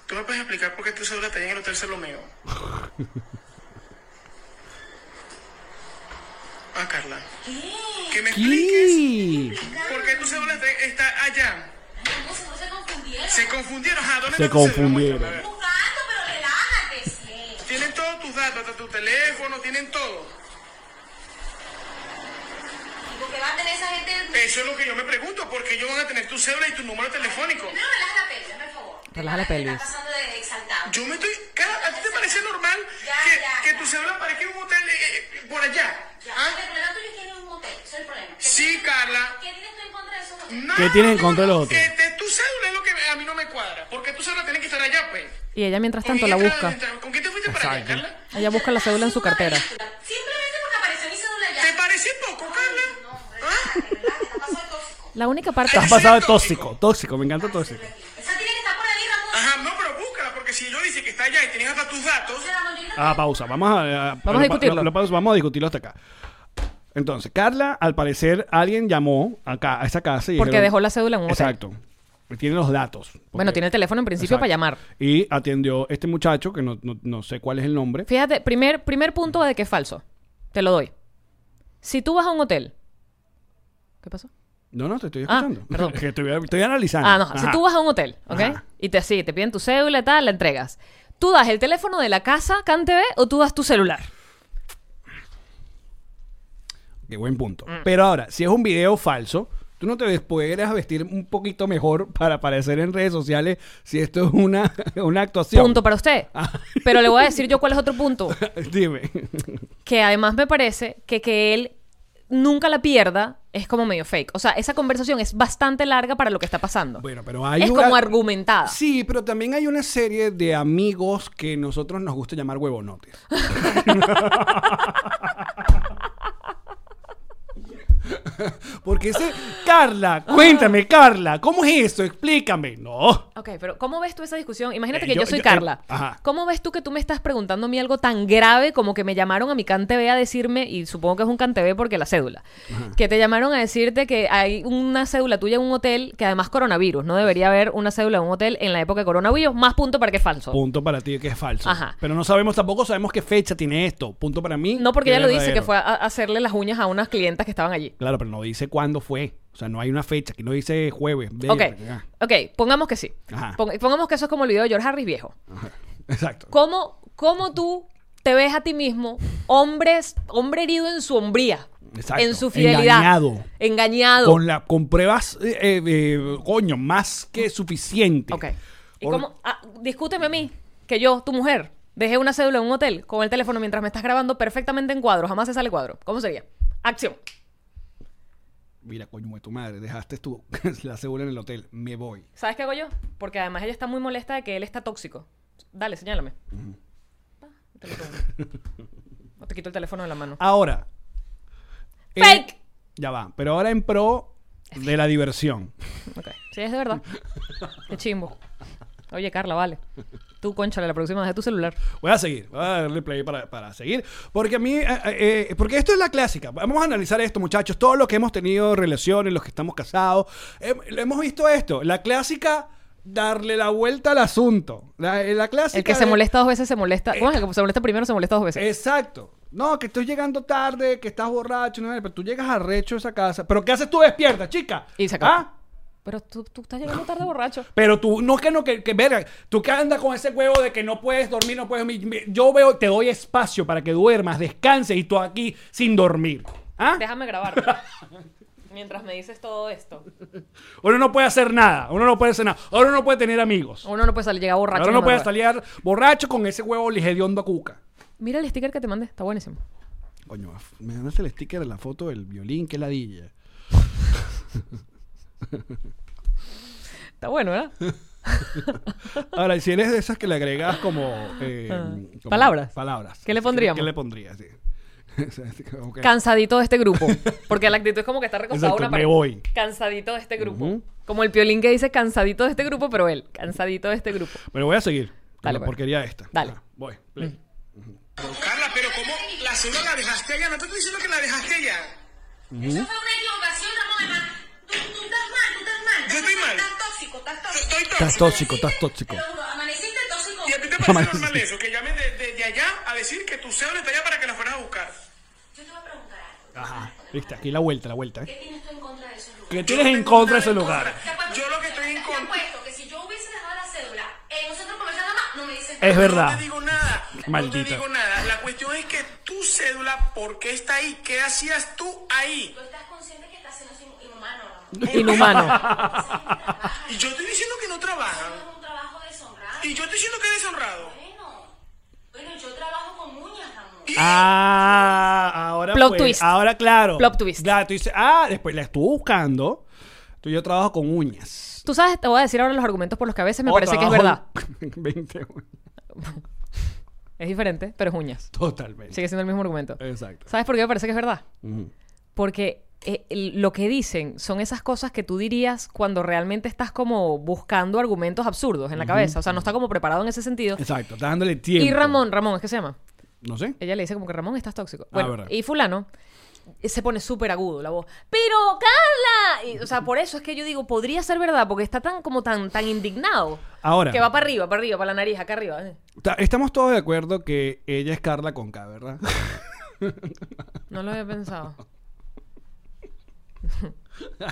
¿Tú me puedes explicar por qué tu cédula tenía en el hotel [laughs] Salomeo? Ah, Carla. Que me expliques ¿Qué? por qué tu cédula te- está allá. Se confundieron. Ajá, ¿dónde Se está tu cédula? confundieron. Muéstrame, a ver. Tienen todos tus datos, hasta tu teléfono, tienen todo. Porque va a tener esa gente. No Eso es lo que yo me pregunto, porque ellos van a tener tu cédula y tu número telefónico. relaja la pelvis, por favor. Relaja la pelvis. Está pasando de exaltado. Yo me estoy... Cara, ¿A ti te parece normal Ya, que, ya, que ya. tu cédula parezca en un hotel eh, eh, por allá? Ya. ¿Ah? El problema tuyo es que eres un motel. Ese es el problema. ¿Qué Sí, tienes tú- Carla. ¿Qué tienes tú en contra de esos moteles? No, ¿Qué tienen en no, contra no, los otros? Que te- tu cédula es lo que a mí no me cuadra. Porque tu cédula tiene que estar allá, pues. Y ella mientras ¿Con tanto la quién busca. entra- entra- ¿Con quién te fuiste para allá, Carla? Ella busca la cédula en su cartera. Simplemente porque apareció mi celular ya. ¿Te parece poco, Carla? No, relájate, relájate. Está pasando de tóxico. La única parte. Te has Ese es pasado de el tóxico. tóxico, tóxico, me encanta tóxico. Esa tiene que estar por ahí, Ramón. Ajá, no, pero búscala, porque si yo dice que está allá y tienes hasta tus datos. Ese Ramón, yo no- Ah, pausa, vamos a, a lo- discutirlo. lo- lo pausa, vamos a discutirlo hasta acá. Entonces, Carla, al parecer, alguien llamó acá a esa casa y Porque dijeron- dejó la cédula en un hotel. Exacto. Tiene los datos. Bueno, Porque- tiene el teléfono en principio Exacto. para llamar. Y atendió este muchacho, que no, no- no sé cuál es el nombre. Fíjate, primer, primer punto de que es falso. Te lo doy. Si tú vas a un hotel. ¿Qué pasó? No, no, te estoy Ah, escuchando. [laughs] perdón. que estoy, estoy analizando. Ah, no. Si Ajá. tú vas a un hotel, ¿ok? Ajá. Y te sí, te piden tu cédula y tal, la entregas. ¿Tú das el teléfono de la casa, CanTV, o tú das tu celular? Qué buen punto. Mm. Pero ahora, si es un video falso, tú no te ves- podrías vestir un poquito mejor para aparecer en redes sociales si esto es una, [laughs] una actuación. Punto para usted. Ah. Pero le voy a decir yo cuál es otro punto. [laughs] Dime. Que además me parece que que él nunca la pierda es como medio fake. O sea, esa conversación es bastante larga para lo que está pasando. Bueno, pero hay es una- como argumentada. Sí, pero también hay una serie de amigos que nosotros nos gusta llamar huevonotes. [laughs] Porque ese... Carla, cuéntame, Carla, ¿cómo es eso? Explícame. No. Ok, pero ¿cómo ves tú esa discusión? Imagínate Eh, que yo, yo- soy yo- Carla. eh, ajá. ¿Cómo ves tú que tú me estás preguntando a mí algo tan grave como que me llamaron a mi CanTV a decirme, y supongo que es un CanTV porque la cédula, que te llamaron a decirte que hay una cédula tuya en un hotel, que además coronavirus, no debería haber una cédula en un hotel en la época de coronavirus, más punto para que es falso. Punto para ti que es falso. Ajá. Pero no sabemos tampoco, sabemos qué fecha tiene esto. Punto para mí. No, porque que ella lo es dice, que verdadero. fue a a hacerle las uñas a unas clientas que estaban allí. Claro, pero no dice cuándo fue. O sea, no hay una fecha. Aquí no dice jueves. de- Ok, Ah, ok, pongamos que sí. Ajá. Pong- Pongamos que eso es como el video de George Harris viejo. Exacto. ¿Cómo, cómo tú te ves a ti mismo, hombre, hombre herido en su hombría, Exacto. en su fidelidad, Engañado. engañado? Con, la, con pruebas, eh, eh, eh, coño, más que suficiente. Ok. ¿Y Por- cómo- ah, discúteme a mí, que yo, tu mujer, dejé una cédula en un hotel con el teléfono mientras me estás grabando perfectamente en cuadro, jamás se sale cuadro. ¿Cómo sería? Acción. Mira, coño, de tu [laughs] madre, dejaste tú la cédula en el hotel. Me voy. ¿Sabes qué hago yo? Porque además ella está muy molesta de que él está tóxico. Dale, señálame. Pa, te lo pongo. [laughs] no te quito el teléfono de la mano. Ahora. Ah, eh, ¡Fake! ya va. Pero ahora en pro de la diversión. Ok. Sí, es de verdad. Qué chimbo. Oye, Carla, vale. Tú, conchale, la próxima deja tu celular. Voy a seguir, voy a darle play para, para seguir. Porque a mí, eh, eh, eh, porque esto es la clásica. Vamos a analizar esto, muchachos. Todos los que hemos tenido relaciones, los que estamos casados, eh, hemos visto esto. La clásica, darle la vuelta al asunto. La, eh, la clásica. El que se de- molesta dos veces se molesta. Eh. ¿Cómo es? El que se molesta primero se molesta dos veces. Exacto. No, que estoy llegando tarde, que estás borracho, no, pero tú llegas arrecho a esa casa. ¿Pero qué haces tú despierta, chica? Y se acabó. ¿Ah? Pero tú, tú estás llegando tarde borracho. Pero tú, no que no, que, que verga, tú que andas con ese huevo de que no puedes dormir, no puedes dormir. Me- Yo veo, te doy espacio para que duermas, descanses y tú aquí sin dormir. ¿Ah? Déjame grabar. Mientras me dices todo esto. Uno no puede hacer nada, uno no puede hacer nada, uno no puede tener amigos. Uno no puede salir, llegar borracho. Ahora en la no puede madrugada. salir borracho con ese huevo ligediondo a cuca. Mira el sticker que te mandé. Está buenísimo. Coño, af- me mandaste el sticker de la foto del violín, que ladilla. Está bueno, ¿verdad? Ahora, si él es de esas que le agregas como, eh, como- Ah. Palabras. Palabras. ¿Qué le pondríamos? ¿Qué, le pondrías? Sí. [laughs] Ok. Cansadito de este grupo. Porque la actitud es como que está recostado Exacto, una me pared. voy. Cansadito de este grupo. Ujú. Como el piolín que dice cansadito de este grupo, pero él, cansadito de este grupo. Pero voy a seguir. con la Dale, pues. porquería esta. Dale. Mm. Ah, voy. play. Carla, pero ¿cómo la cédula la dejaste allá? No te estoy diciendo que la dejaste allá. Eso fue una equivocación, Ramón. Además, tú, tú estás mal, tú estás mal. Yo estoy mal. Estás tóxico, estás tóxico. Estoy Estás tóxico. tóxico, estás tóxico. Te lo juro, Amaneciste tóxico. Y a ti te parece normal eso, que llamen de- desde allá a decir que tu cédula está allá para que la fueras a buscar. Yo te voy a preguntar algo. Ajá. Viste, aquí la vuelta, la vuelta. ¿Qué ¿eh? tienes tú en contra de esos lugares? ¿Qué Yo tienes no en tengo contra de nada ese en lugar? Te apuesto- Yo lo que estoy en Te contra. apuesto que si yo hubiese dejado la cédula en un centro comercial nada más, no me dices Es nada. verdad. No te digo nada. Maldita. No te digo nada. La cuestión es que tu cédula, ¿por qué está ahí? ¿Qué hacías tú ahí? Tú estás consciente que estás siendo inhu- inhumano, Ramón. [laughs] Inhumano. Y yo estoy diciendo que no trabajan. Es un trabajo deshonrado. Y yo estoy diciendo que eres honrado. Bueno, bueno, yo trabajo con uñas, Ramón. Ah, ahora Plot pues, twist. Ahora, claro. Plot twist. Claro, tú dices, ah, después la estuve buscando. Tú yo trabajo con uñas. Tú sabes, te voy a decir ahora los argumentos por los que a veces me O parece que es verdad. [laughs] trabajo en- 20 uñas. Es diferente, pero es uñas. Totalmente. Sigue siendo el mismo argumento. Exacto. ¿Sabes por qué me parece que es verdad? Ujú. Porque eh, el- lo que dicen son esas cosas que tú dirías cuando realmente estás como buscando argumentos absurdos en la cabeza. O sea, no está como preparado en ese sentido. Exacto, está dándole tiempo. Y Ramón, Ramón, ¿es que se llama? No sé. Ella le dice como que Ramón estás tóxico. Ah, Bueno, verdad. y fulano eh, se pone súper agudo la voz. Pero Carla, Y, o sea, por eso es que yo digo, podría ser verdad porque está tan como tan tan indignado. Ahora. Que va para arriba, para arriba, para la nariz, acá arriba. eh. Ta- Estamos todos de acuerdo que ella es Carla con K, ¿verdad? [laughs] No lo había pensado.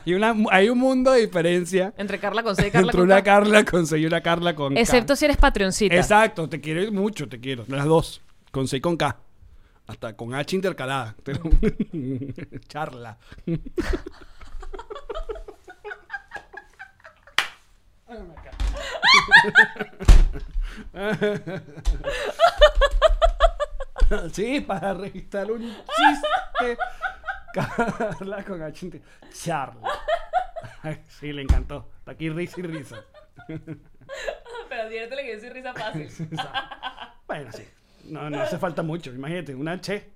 hay, una, hay un mundo de diferencia Entre Carla [laughs] con C y Carla entre con una K. Carla con C y una Carla con K. Excepto si eres patroncita. Exacto, te quiero mucho, te quiero. Las dos. Con C y con K. Hasta con H intercalada. [laughs] Charla. [laughs] sí, para registrar un chiste. Carla con H inter- Charla. [laughs] Ay, Sí, le encantó. Está aquí risa y risa. [laughs] Pero diértele que yo soy risa fácil. Bueno, sí. No, no hace falta mucho. Imagínate, una che.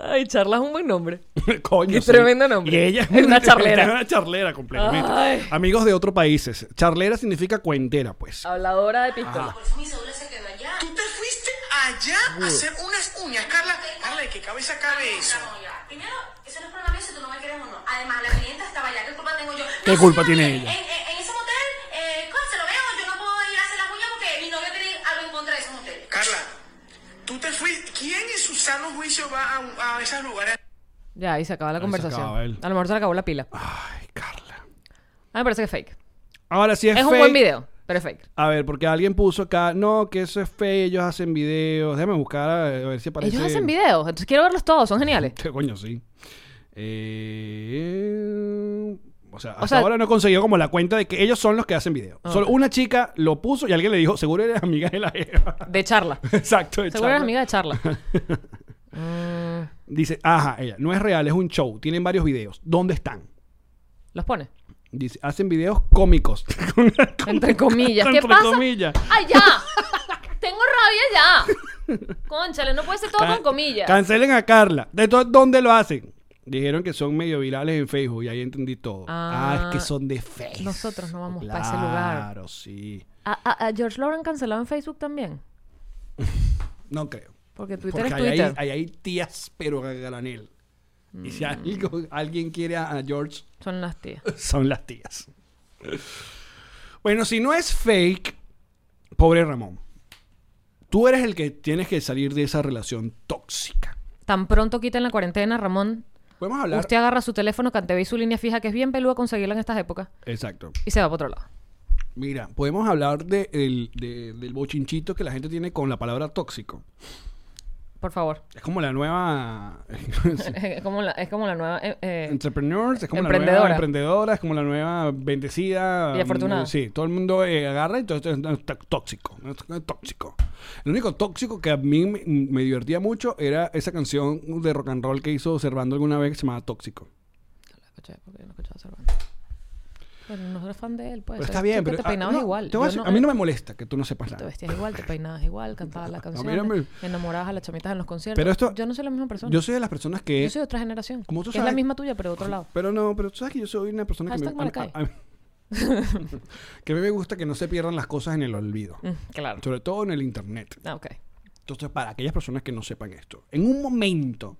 Ay, Charla es un buen nombre. [laughs] Coño. Qué tremendo nombre. Y ella es [laughs] Es [laughs] una charlera. Una charlera completamente. Ay. Amigos de otros países. Charlera significa cuentera, pues. Ah. Habladora de pistola. Por eso mi cédula se quedó allá. Tú te fuiste allá a hacer unas uñas, Carla. Carla, ¿de qué cabeza cabe eso? Ramón, ya. Primero, ese no es problema mío si tú no me quieres o no. Además, la clienta estaba allá. ¿Qué culpa tengo yo? ¿Qué No, culpa señor, tiene mire, ella? En, en- en ese motel, eh, ¿cómo se lo veo? Yo no puedo ir a hacer las uñas porque mi novio tiene algo en contra de ese motel. Carla, tú te fuiste. ¿Quién en su sano juicio va a, a esos lugares? Ya, ahí se acaba la se conversación. acaba él. Ah. A lo mejor se le acabó la pila. A Ay, Carla. mí me parece que es fake. Ahora sí es, Es un fake. buen video, pero es fake. A ver, porque alguien puso acá, no, que eso es fake, ellos hacen videos. Déjame buscar a a ver si aparece. Ellos hacen videos, entonces quiero verlos todos, son geniales. [laughs] Qué Este coño, sí. Eh, O sea, hasta sea- ahora no he conseguido como la cuenta de que ellos son los que hacen videos. Solo una chica lo puso y alguien le dijo, seguro eres amiga de la Eva. [laughs] De charla. Exacto. de Seguro eres Charla. amiga de charla. [laughs] Dice, ajá, ella, no es real, es un show. Tienen varios videos. ¿Dónde están? Los pone. Dice, hacen videos cómicos. [laughs] Entre comillas. ¿Qué Entre pasa? comillas. ¡Ay, ya! Tengo rabia [laughs] ya. Conchale, no puede ser todo con comillas. Cancelen a Carla. ¿De to- dónde lo hacen? Dijeron que son medio virales en Facebook y ahí entendí todo. Ah, Ah, es que son de Facebook. nosotros no vamos pa' ese lugar. Claro, sí. ¿A, a- a George Lauren cancelado en Facebook también? No creo. Porque Twitter Porque es hay, Twitter. Mm. ahí- ahí hay tías, pero a granel. Y si algo- alguien quiere a- a George, [laughs] Son las tías. son las tías. Bueno, si no es fake, pobre Ramón. Tú eres el que tienes que salir de esa relación tóxica. Tan pronto quiten la cuarentena, Ramón. Podemos hablar. Usted agarra su teléfono, canteve y su línea fija, que es bien peluda conseguirla en estas épocas, Exacto. y se va para otro lado. Mira, podemos hablar de el- de- del bochinchito que la gente tiene con la palabra tóxico. Por favor. Es como la nueva. [laughs] [laughs] Es como la, es como la nueva. eh, eh, Entrepreneurs, es como la nueva Emprendedora. emprendedora, es como la nueva bendecida. Y afortunada. mm, Sí, todo el mundo eh, agarra y todo esto es no, está tóxico. no, está Tóxico. El único tóxico que a mí me, me divertía mucho era esa canción de rock and roll que hizo Cervando alguna vez que se llamaba Tóxico. escuché, porque yo no escuchaba a esa banda. Pero no eres fan de él, pues. Pero eres está bien, tú que pero. Te ah, peinabas no, igual. te voy a Yo decir, a mí no me molesta que tú no sepas Te nada. vestías igual, te peinabas igual, cantabas las A mí no canciones, me- enamorabas a las chamitas en los conciertos. Pero esto- Yo no soy la misma persona. Yo soy de las personas que. Yo soy de otra generación. Como tú que Es la sabes- misma tuya, pero de otro lado. Pero no, pero tú sabes que yo soy una persona que me, Hashtag Maracay. a- a- que a mí [laughs] me gusta que no se pierdan las cosas en el olvido. Mm, claro. Sobre todo en el internet. Ah, ok. Entonces, para aquellas personas que no sepan esto, en un momento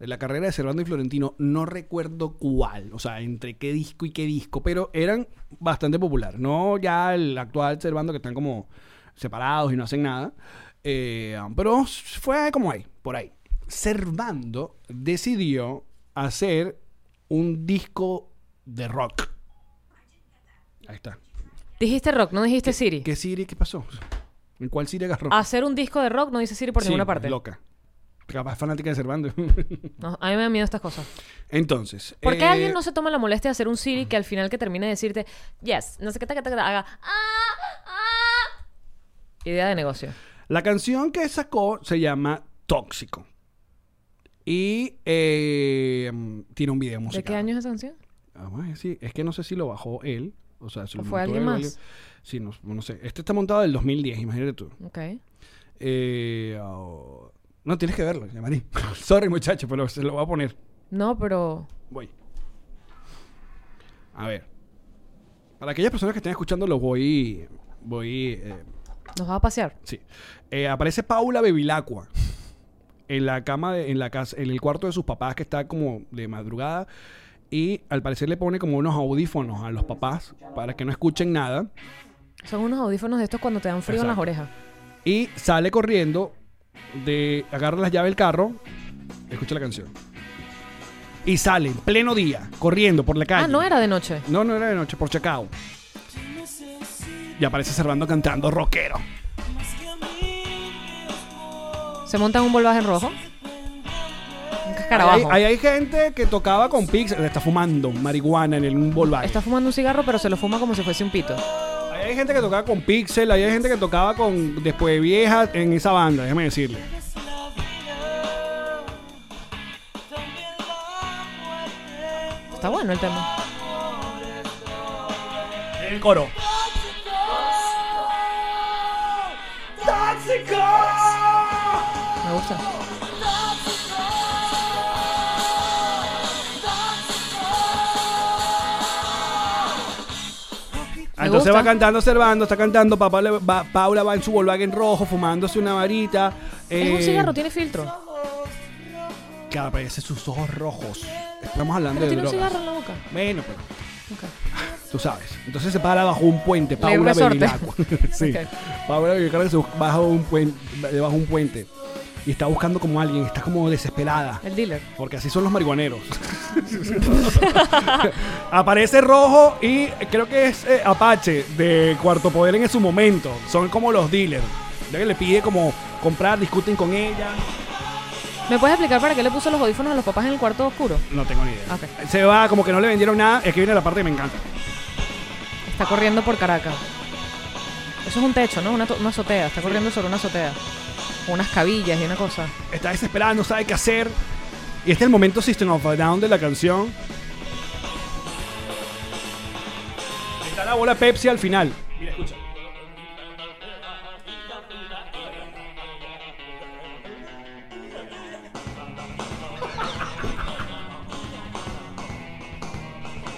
de la carrera de Servando y Florentino, no recuerdo cuál, o sea, entre qué disco y qué disco, pero eran bastante populares. No ya el actual Servando que están como separados y no hacen nada, eh, pero fue como ahí, por ahí. Servando decidió hacer un disco de rock. Ahí está. Dijiste rock, no dijiste Siri. ¿Qué Siri? ¿Qué pasó? ¿En cuál Siri agarró? Hacer un disco de rock no dice Siri por Sí, ninguna parte. Loca. Capaz fanática de Servando. No, a mí me da miedo estas cosas. [laughs] Entonces. ¿Por qué eh, alguien no se toma la molestia de hacer un Siri que al final que termine de decirte, yes, no sé qué, ta, ta, ta, ta, haga, ah, ah"? Idea de negocio. La canción que sacó se llama Tóxico. Y eh, tiene un video ¿De musical. qué año es esa canción? Ah, bueno, sí, es que no sé si lo bajó él. O sea, si ¿O lo fue montó alguien él, más? Sí, no, no sé. Este está montado del 2010, imagínate tú. Ok. Eh, oh, no, tienes que verlo, Yamari. [laughs] Sorry, muchacho, pero se lo voy a poner. No, pero. Voy. A ver. Para aquellas personas que estén escuchando, los voy. Voy. eh, Nos va a pasear. Sí. Eh, aparece Paula Bevilacqua en la cama, de- en la casa, en el cuarto de sus papás que está como de madrugada y al parecer le pone como unos audífonos a los papás para que no escuchen nada Son unos audífonos de estos cuando te dan frío en las Exacto. orejas. y sale corriendo de agarra las llaves del carro, escucha la canción y sale en pleno día corriendo por la calle. Ah, no era de noche. No, no era de noche, por Chacao. Y aparece Servando cantando rockero. Se monta en un volvaje en rojo. Un Ahí, cascarabajo. ahí hay gente que tocaba con Pixar, está fumando marihuana en el- un Volkswagen. Está fumando un cigarro, pero se lo fuma como si fuese un pito. Ahí hay gente que tocaba con Pixel, ahí hay gente que tocaba con Después de Vieja en esa banda, déjame decirle. Está bueno el tema. El coro. Me gusta. Me Entonces gusta. va cantando Servando, está cantando, papá le- va- Paula va en su Volkswagen rojo fumándose una varita. Es un eh, cigarro, tiene filtro. Que aparece sus ojos rojos. Estamos hablando Pero de tiene un drogas. cigarro en la boca. Bueno, pero Ok. tú sabes. Entonces se para bajo un puente, Paula resorte. Bevilacqua. [laughs] sí. Ok. Paula Bevilacqua se baja un puente, debajo de un puente. Y está buscando como alguien, está como desesperada. El dealer. Porque así son los marihuaneros. [laughs] Aparece Rojo y creo que es eh, Apache de Cuarto Poder en su momento. Son como los dealers. Ya que le pide como comprar, discuten con ella. ¿Me puedes explicar para qué le puso los audífonos a los papás en el cuarto oscuro? No tengo ni idea. Ok. Se va, como que no le vendieron nada. Es que viene la parte que me encanta. Está corriendo por Caracas. Eso es un techo, ¿no? Una, to- una azotea. Está corriendo sobre una azotea. Con unas cabillas y una cosa. Está desesperada, no sabe qué hacer. Y este es el momento System of a Down de la canción. Está la bola Pepsi al final. Mira, escucha.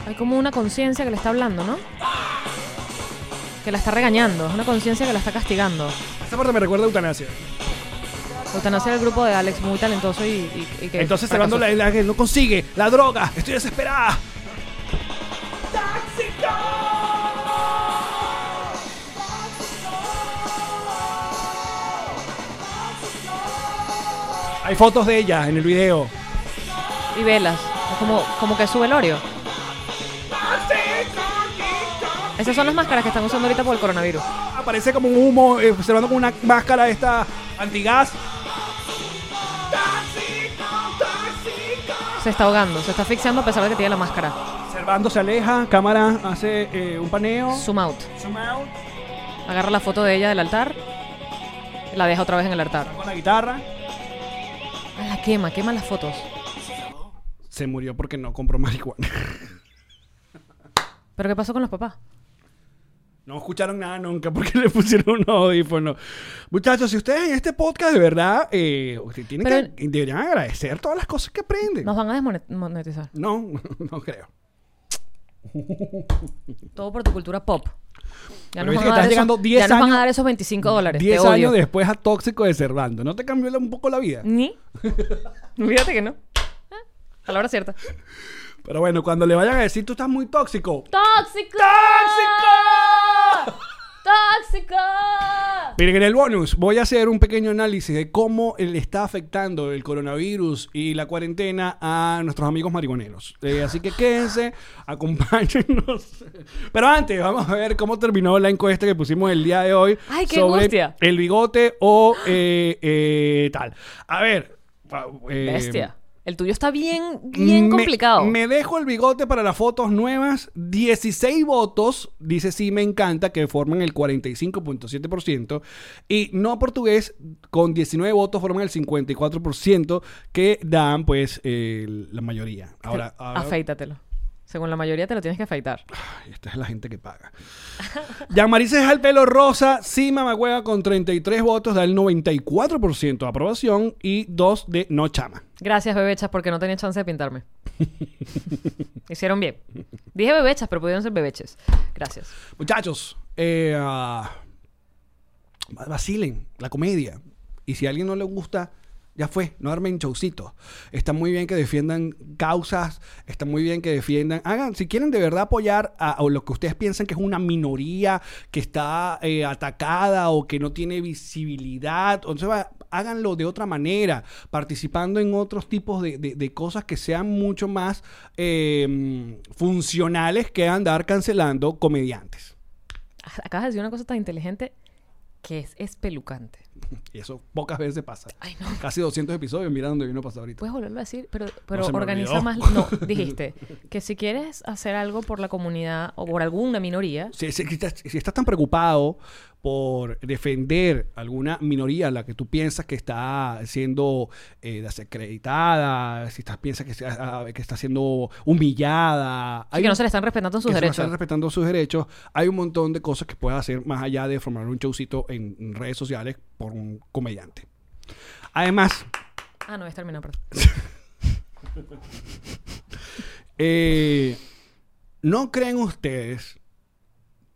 Hay como una conciencia que le está hablando, ¿no? Que la está regañando. Es una conciencia que la está castigando. Esta parte me recuerda a Eutanasia. Eutanasia el grupo de Alex, muy talentoso y, y- y que. Entonces cerrando fracasó. la, la que no consigue la droga. Estoy desesperada. Hay fotos de ella en el video. Y velas. Es como, como que es su velorio. Esas son las máscaras que están usando ahorita por el coronavirus. Aparece como un humo, eh, observando con una máscara esta antigas. Se está ahogando, se está asfixiando a pesar de que tiene la máscara. Observando se aleja, cámara hace eh, un paneo. Zoom out. Zoom out. Agarra la foto de ella del altar. y La deja otra vez en el altar. Con la guitarra. Ah, La quema, quema las fotos. se murió porque no compró marihuana. [laughs] ¿Pero qué pasó con los papás? No escucharon nada nunca porque [laughs] le pusieron un audífono. Muchachos, si ustedes en este podcast de verdad eh, ustedes tienen Pero- que, deberían agradecer todas las cosas que aprenden. Nos van a desmonetizar. No, [laughs] no creo. Todo por tu cultura pop. Ya Pero nos viste que van a dar estás esos- llegando 10 ya nos van años- a dar esos 25 dólares. 10 te Este odio. años después a Tóxico de Cervando. ¿No te cambió la- un poco la vida? [laughs] Ni. Fíjate que no. Ah, A la hora cierta. Pero bueno, cuando le vayan a decir tú estás muy tóxico. ¡Tóxico! ¡Tóxico! ¡Tóxico! Miren, en el bonus voy a hacer un pequeño análisis de cómo le está afectando el coronavirus y la cuarentena a nuestros amigos marihuaneros. Eh, así que quédense, [laughs] acompáñennos. Pero antes, vamos a ver cómo terminó la encuesta que pusimos el día de hoy Ay, qué sobre angustia. el bigote o eh, eh, tal. A ver. pa- eh, Bestia. El tuyo está bien, bien me- complicado. Me dejo el bigote para las fotos nuevas. 16 votos, dice sí, me encanta, que forman el 45.7%. Y no portugués, con 19 votos, forman el 54%, que dan, pues, el- la mayoría. Ahora, ahora- Afeítatelo. Según la mayoría te lo tienes que afeitar. Ay, esta es la gente que paga. [laughs] Yamarice es al pelo rosa, sí, mamagüeva, con 33 votos, da el 94% de aprobación y 2 de no chama. Gracias, bebechas, porque no tenía chance [laughs] de pintarme. Hicieron bien. Dije bebechas, pero pudieron ser bebeches. Gracias. Muchachos, eh, ah, vacilen la comedia. Y si a alguien no le gusta, ya fue, no armen showcitos. Está muy bien que defiendan causas, está muy bien que defiendan. Hagan, si quieren de verdad apoyar a, a lo que ustedes piensan que es una minoría que está eh, atacada o que no tiene visibilidad, o sea, háganlo de otra manera, participando en otros tipos de, de- de cosas que sean mucho más eh, funcionales que andar cancelando comediantes. Ah, Acabas de decir una cosa tan inteligente que es espelucante. Y eso pocas veces pasa. Ay, no. Casi 200 episodios, mira dónde vino a pasar ahorita. Puedes volverlo a decir, pero, pero se me organiza olvidó. [laughs] más. No, dijiste que si quieres hacer algo por la comunidad o por alguna minoría, Si, si- si estás, si estás tan preocupado por defender alguna minoría a la que tú piensas que está siendo eh, desacreditada, si estás, piensas que, sea- ah, que está siendo humillada, y que no se le están respetando sus que se derechos. están respetando sus derechos, hay un montón de cosas que puedes hacer más allá de formar un showcito en redes sociales por un comediante. Además, Ah, no, es terminado, perdón. Eh, ¿No creen ustedes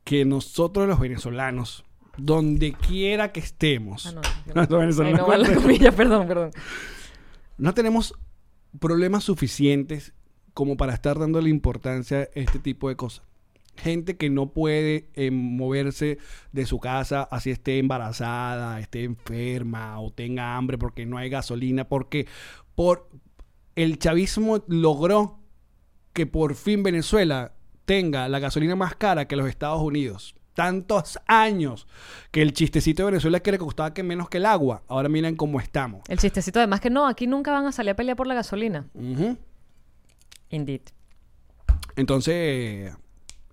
que nosotros los venezolanos, donde quiera que estemos, Ah, [laughs] no. No, los Ay, venezolanos, no va la comilla, perdón, perdón. no tenemos problemas suficientes como para estar dándole importancia a este tipo de cosas? Gente que no puede eh, moverse de su casa, así esté embarazada, esté enferma o tenga hambre porque no hay gasolina, porque por el chavismo logró que por fin Venezuela tenga la gasolina más cara que los Estados Unidos. Tantos años que el chistecito de Venezuela es que le costaba que menos que el agua. Ahora miren cómo estamos. El chistecito, además, que no, aquí nunca van a salir a pelear por la gasolina. Ujú. Indeed. Entonces,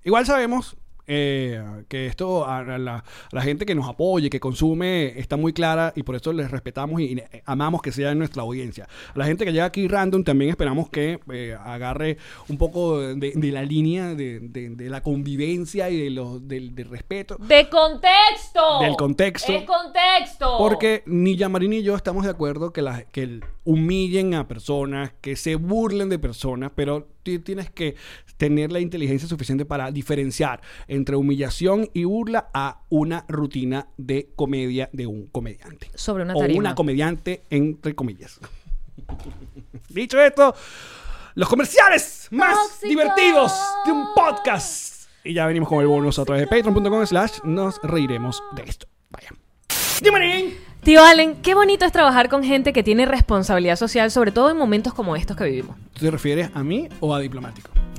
igual sabemos eh, que esto a la, a la gente que nos apoye, que consume, está muy clara y por eso les respetamos y, y amamos que sea nuestra audiencia. A la gente que llega aquí random también esperamos que eh, agarre un poco de, de la línea de, de- de la convivencia y de los, del, del respeto. ¡De contexto! Del contexto. ¡Es contexto! Porque ni Yamarín ni yo estamos de acuerdo que, las que el- humillen a personas, que se burlen de personas, pero ti- tienes que tener la inteligencia suficiente para diferenciar entre humillación y burla a una rutina de comedia de un comediante. Sobre una o tarima. una comediante, entre comillas. [laughs] Dicho esto, los comerciales más divertidos de un podcast. Y ya venimos con el bonus a través de patreon.com slash nos reiremos de esto. Vaya. Yamarín. Tío Allen, qué bonito es trabajar con gente que tiene responsabilidad social, sobre todo en momentos como estos que vivimos. ¿Tú te refieres a mí o a diplomático?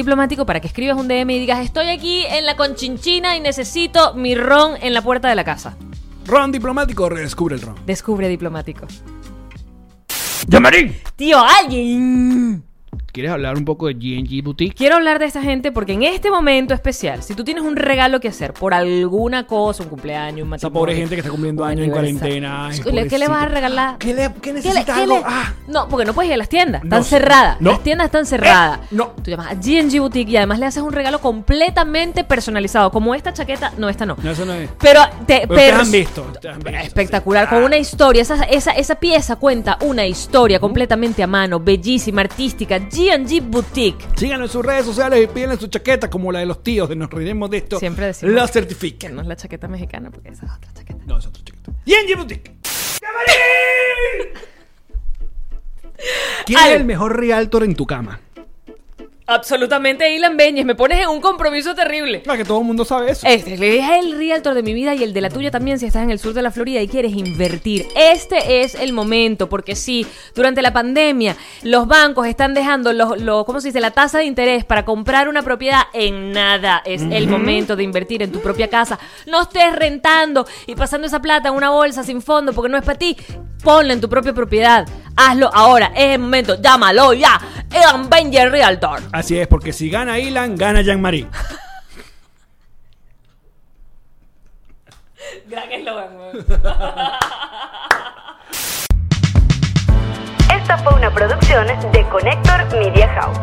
diplomático, para que escribas un DM y digas, estoy aquí en la conchinchina y necesito mi ron en la puerta de la casa. Ron Diplomático, redescubre el ron. Descubre diplomático. ¡Yamarín! Tío, alguien. ¿Quieres hablar un poco de G&G Boutique? Quiero hablar de esta gente porque en este momento especial, si tú tienes un regalo que hacer por alguna cosa, un cumpleaños, un Esa matrimonio, pobre gente que está cumpliendo un años en aniversario. cuarentena. ay, ¿Qué le- ¿Qué le vas a pobrecito. regalar? ¿Qué, le, qué ¿Qué le- necesita qué algo? le- Ah, No, porque no puedes ir a las tiendas. No Están sé. cerradas. No. Las tiendas están cerradas. Eh, no. Tú llamas a GNG Boutique y además le haces un regalo completamente personalizado. Como esta chaqueta. No, esta no. no, eso no es. Pero te Pero ustedes pers- han visto, ustedes han visto, Ah. Espectacular, con una historia. Esa, esa, esa pieza cuenta una historia completamente a mano, bellísima, artística. GG Boutique. Síganlo en sus redes sociales y pídenle su chaqueta como la de los tíos de Nos Reiremos de Esto. Siempre decimos La Que certifican. no es la chaqueta mexicana, porque esa es otra chaqueta. No, es otra chaqueta. G&G Boutique. ¡Yamarín! ¿Quién Al- es el mejor realtor en tu cama? Absolutamente, Ilan Beñez, me pones en un compromiso terrible. Claro Ah, que todo el mundo sabe eso. Este es el realtor de mi vida y el de la tuya también si estás en el sur de la Florida y quieres invertir. Este es el momento, porque sí, durante la pandemia los bancos están dejando los, los- ¿cómo se dice? la tasa de interés para comprar una propiedad en nada. Es el momento de invertir en tu propia casa. No estés rentando y pasando esa plata en una bolsa sin fondo porque no es para ti. Ponla en tu propia propiedad. Hazlo ahora. Es el momento. Llámalo ya. Evan Benjer Realtor. Así es, porque si gana Ilan, gana Jean-Marie. Gran eslogan, weón. Esta fue una producción de Connector Media House.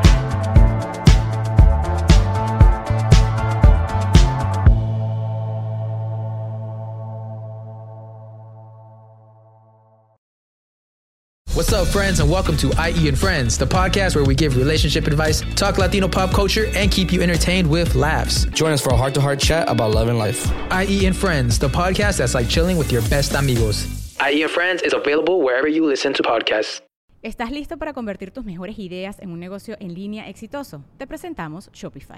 What's up, friends, and welcome to IE and Friends, the podcast where we give relationship advice, talk Latino pop culture, and keep you entertained with laughs. Join us for a heart to heart chat about love and life. IE and Friends, the podcast that's like chilling with your best amigos. IE and Friends is available wherever you listen to podcasts. ¿Estás listo para convertir tus mejores ideas en un negocio en línea exitoso? Te presentamos Shopify.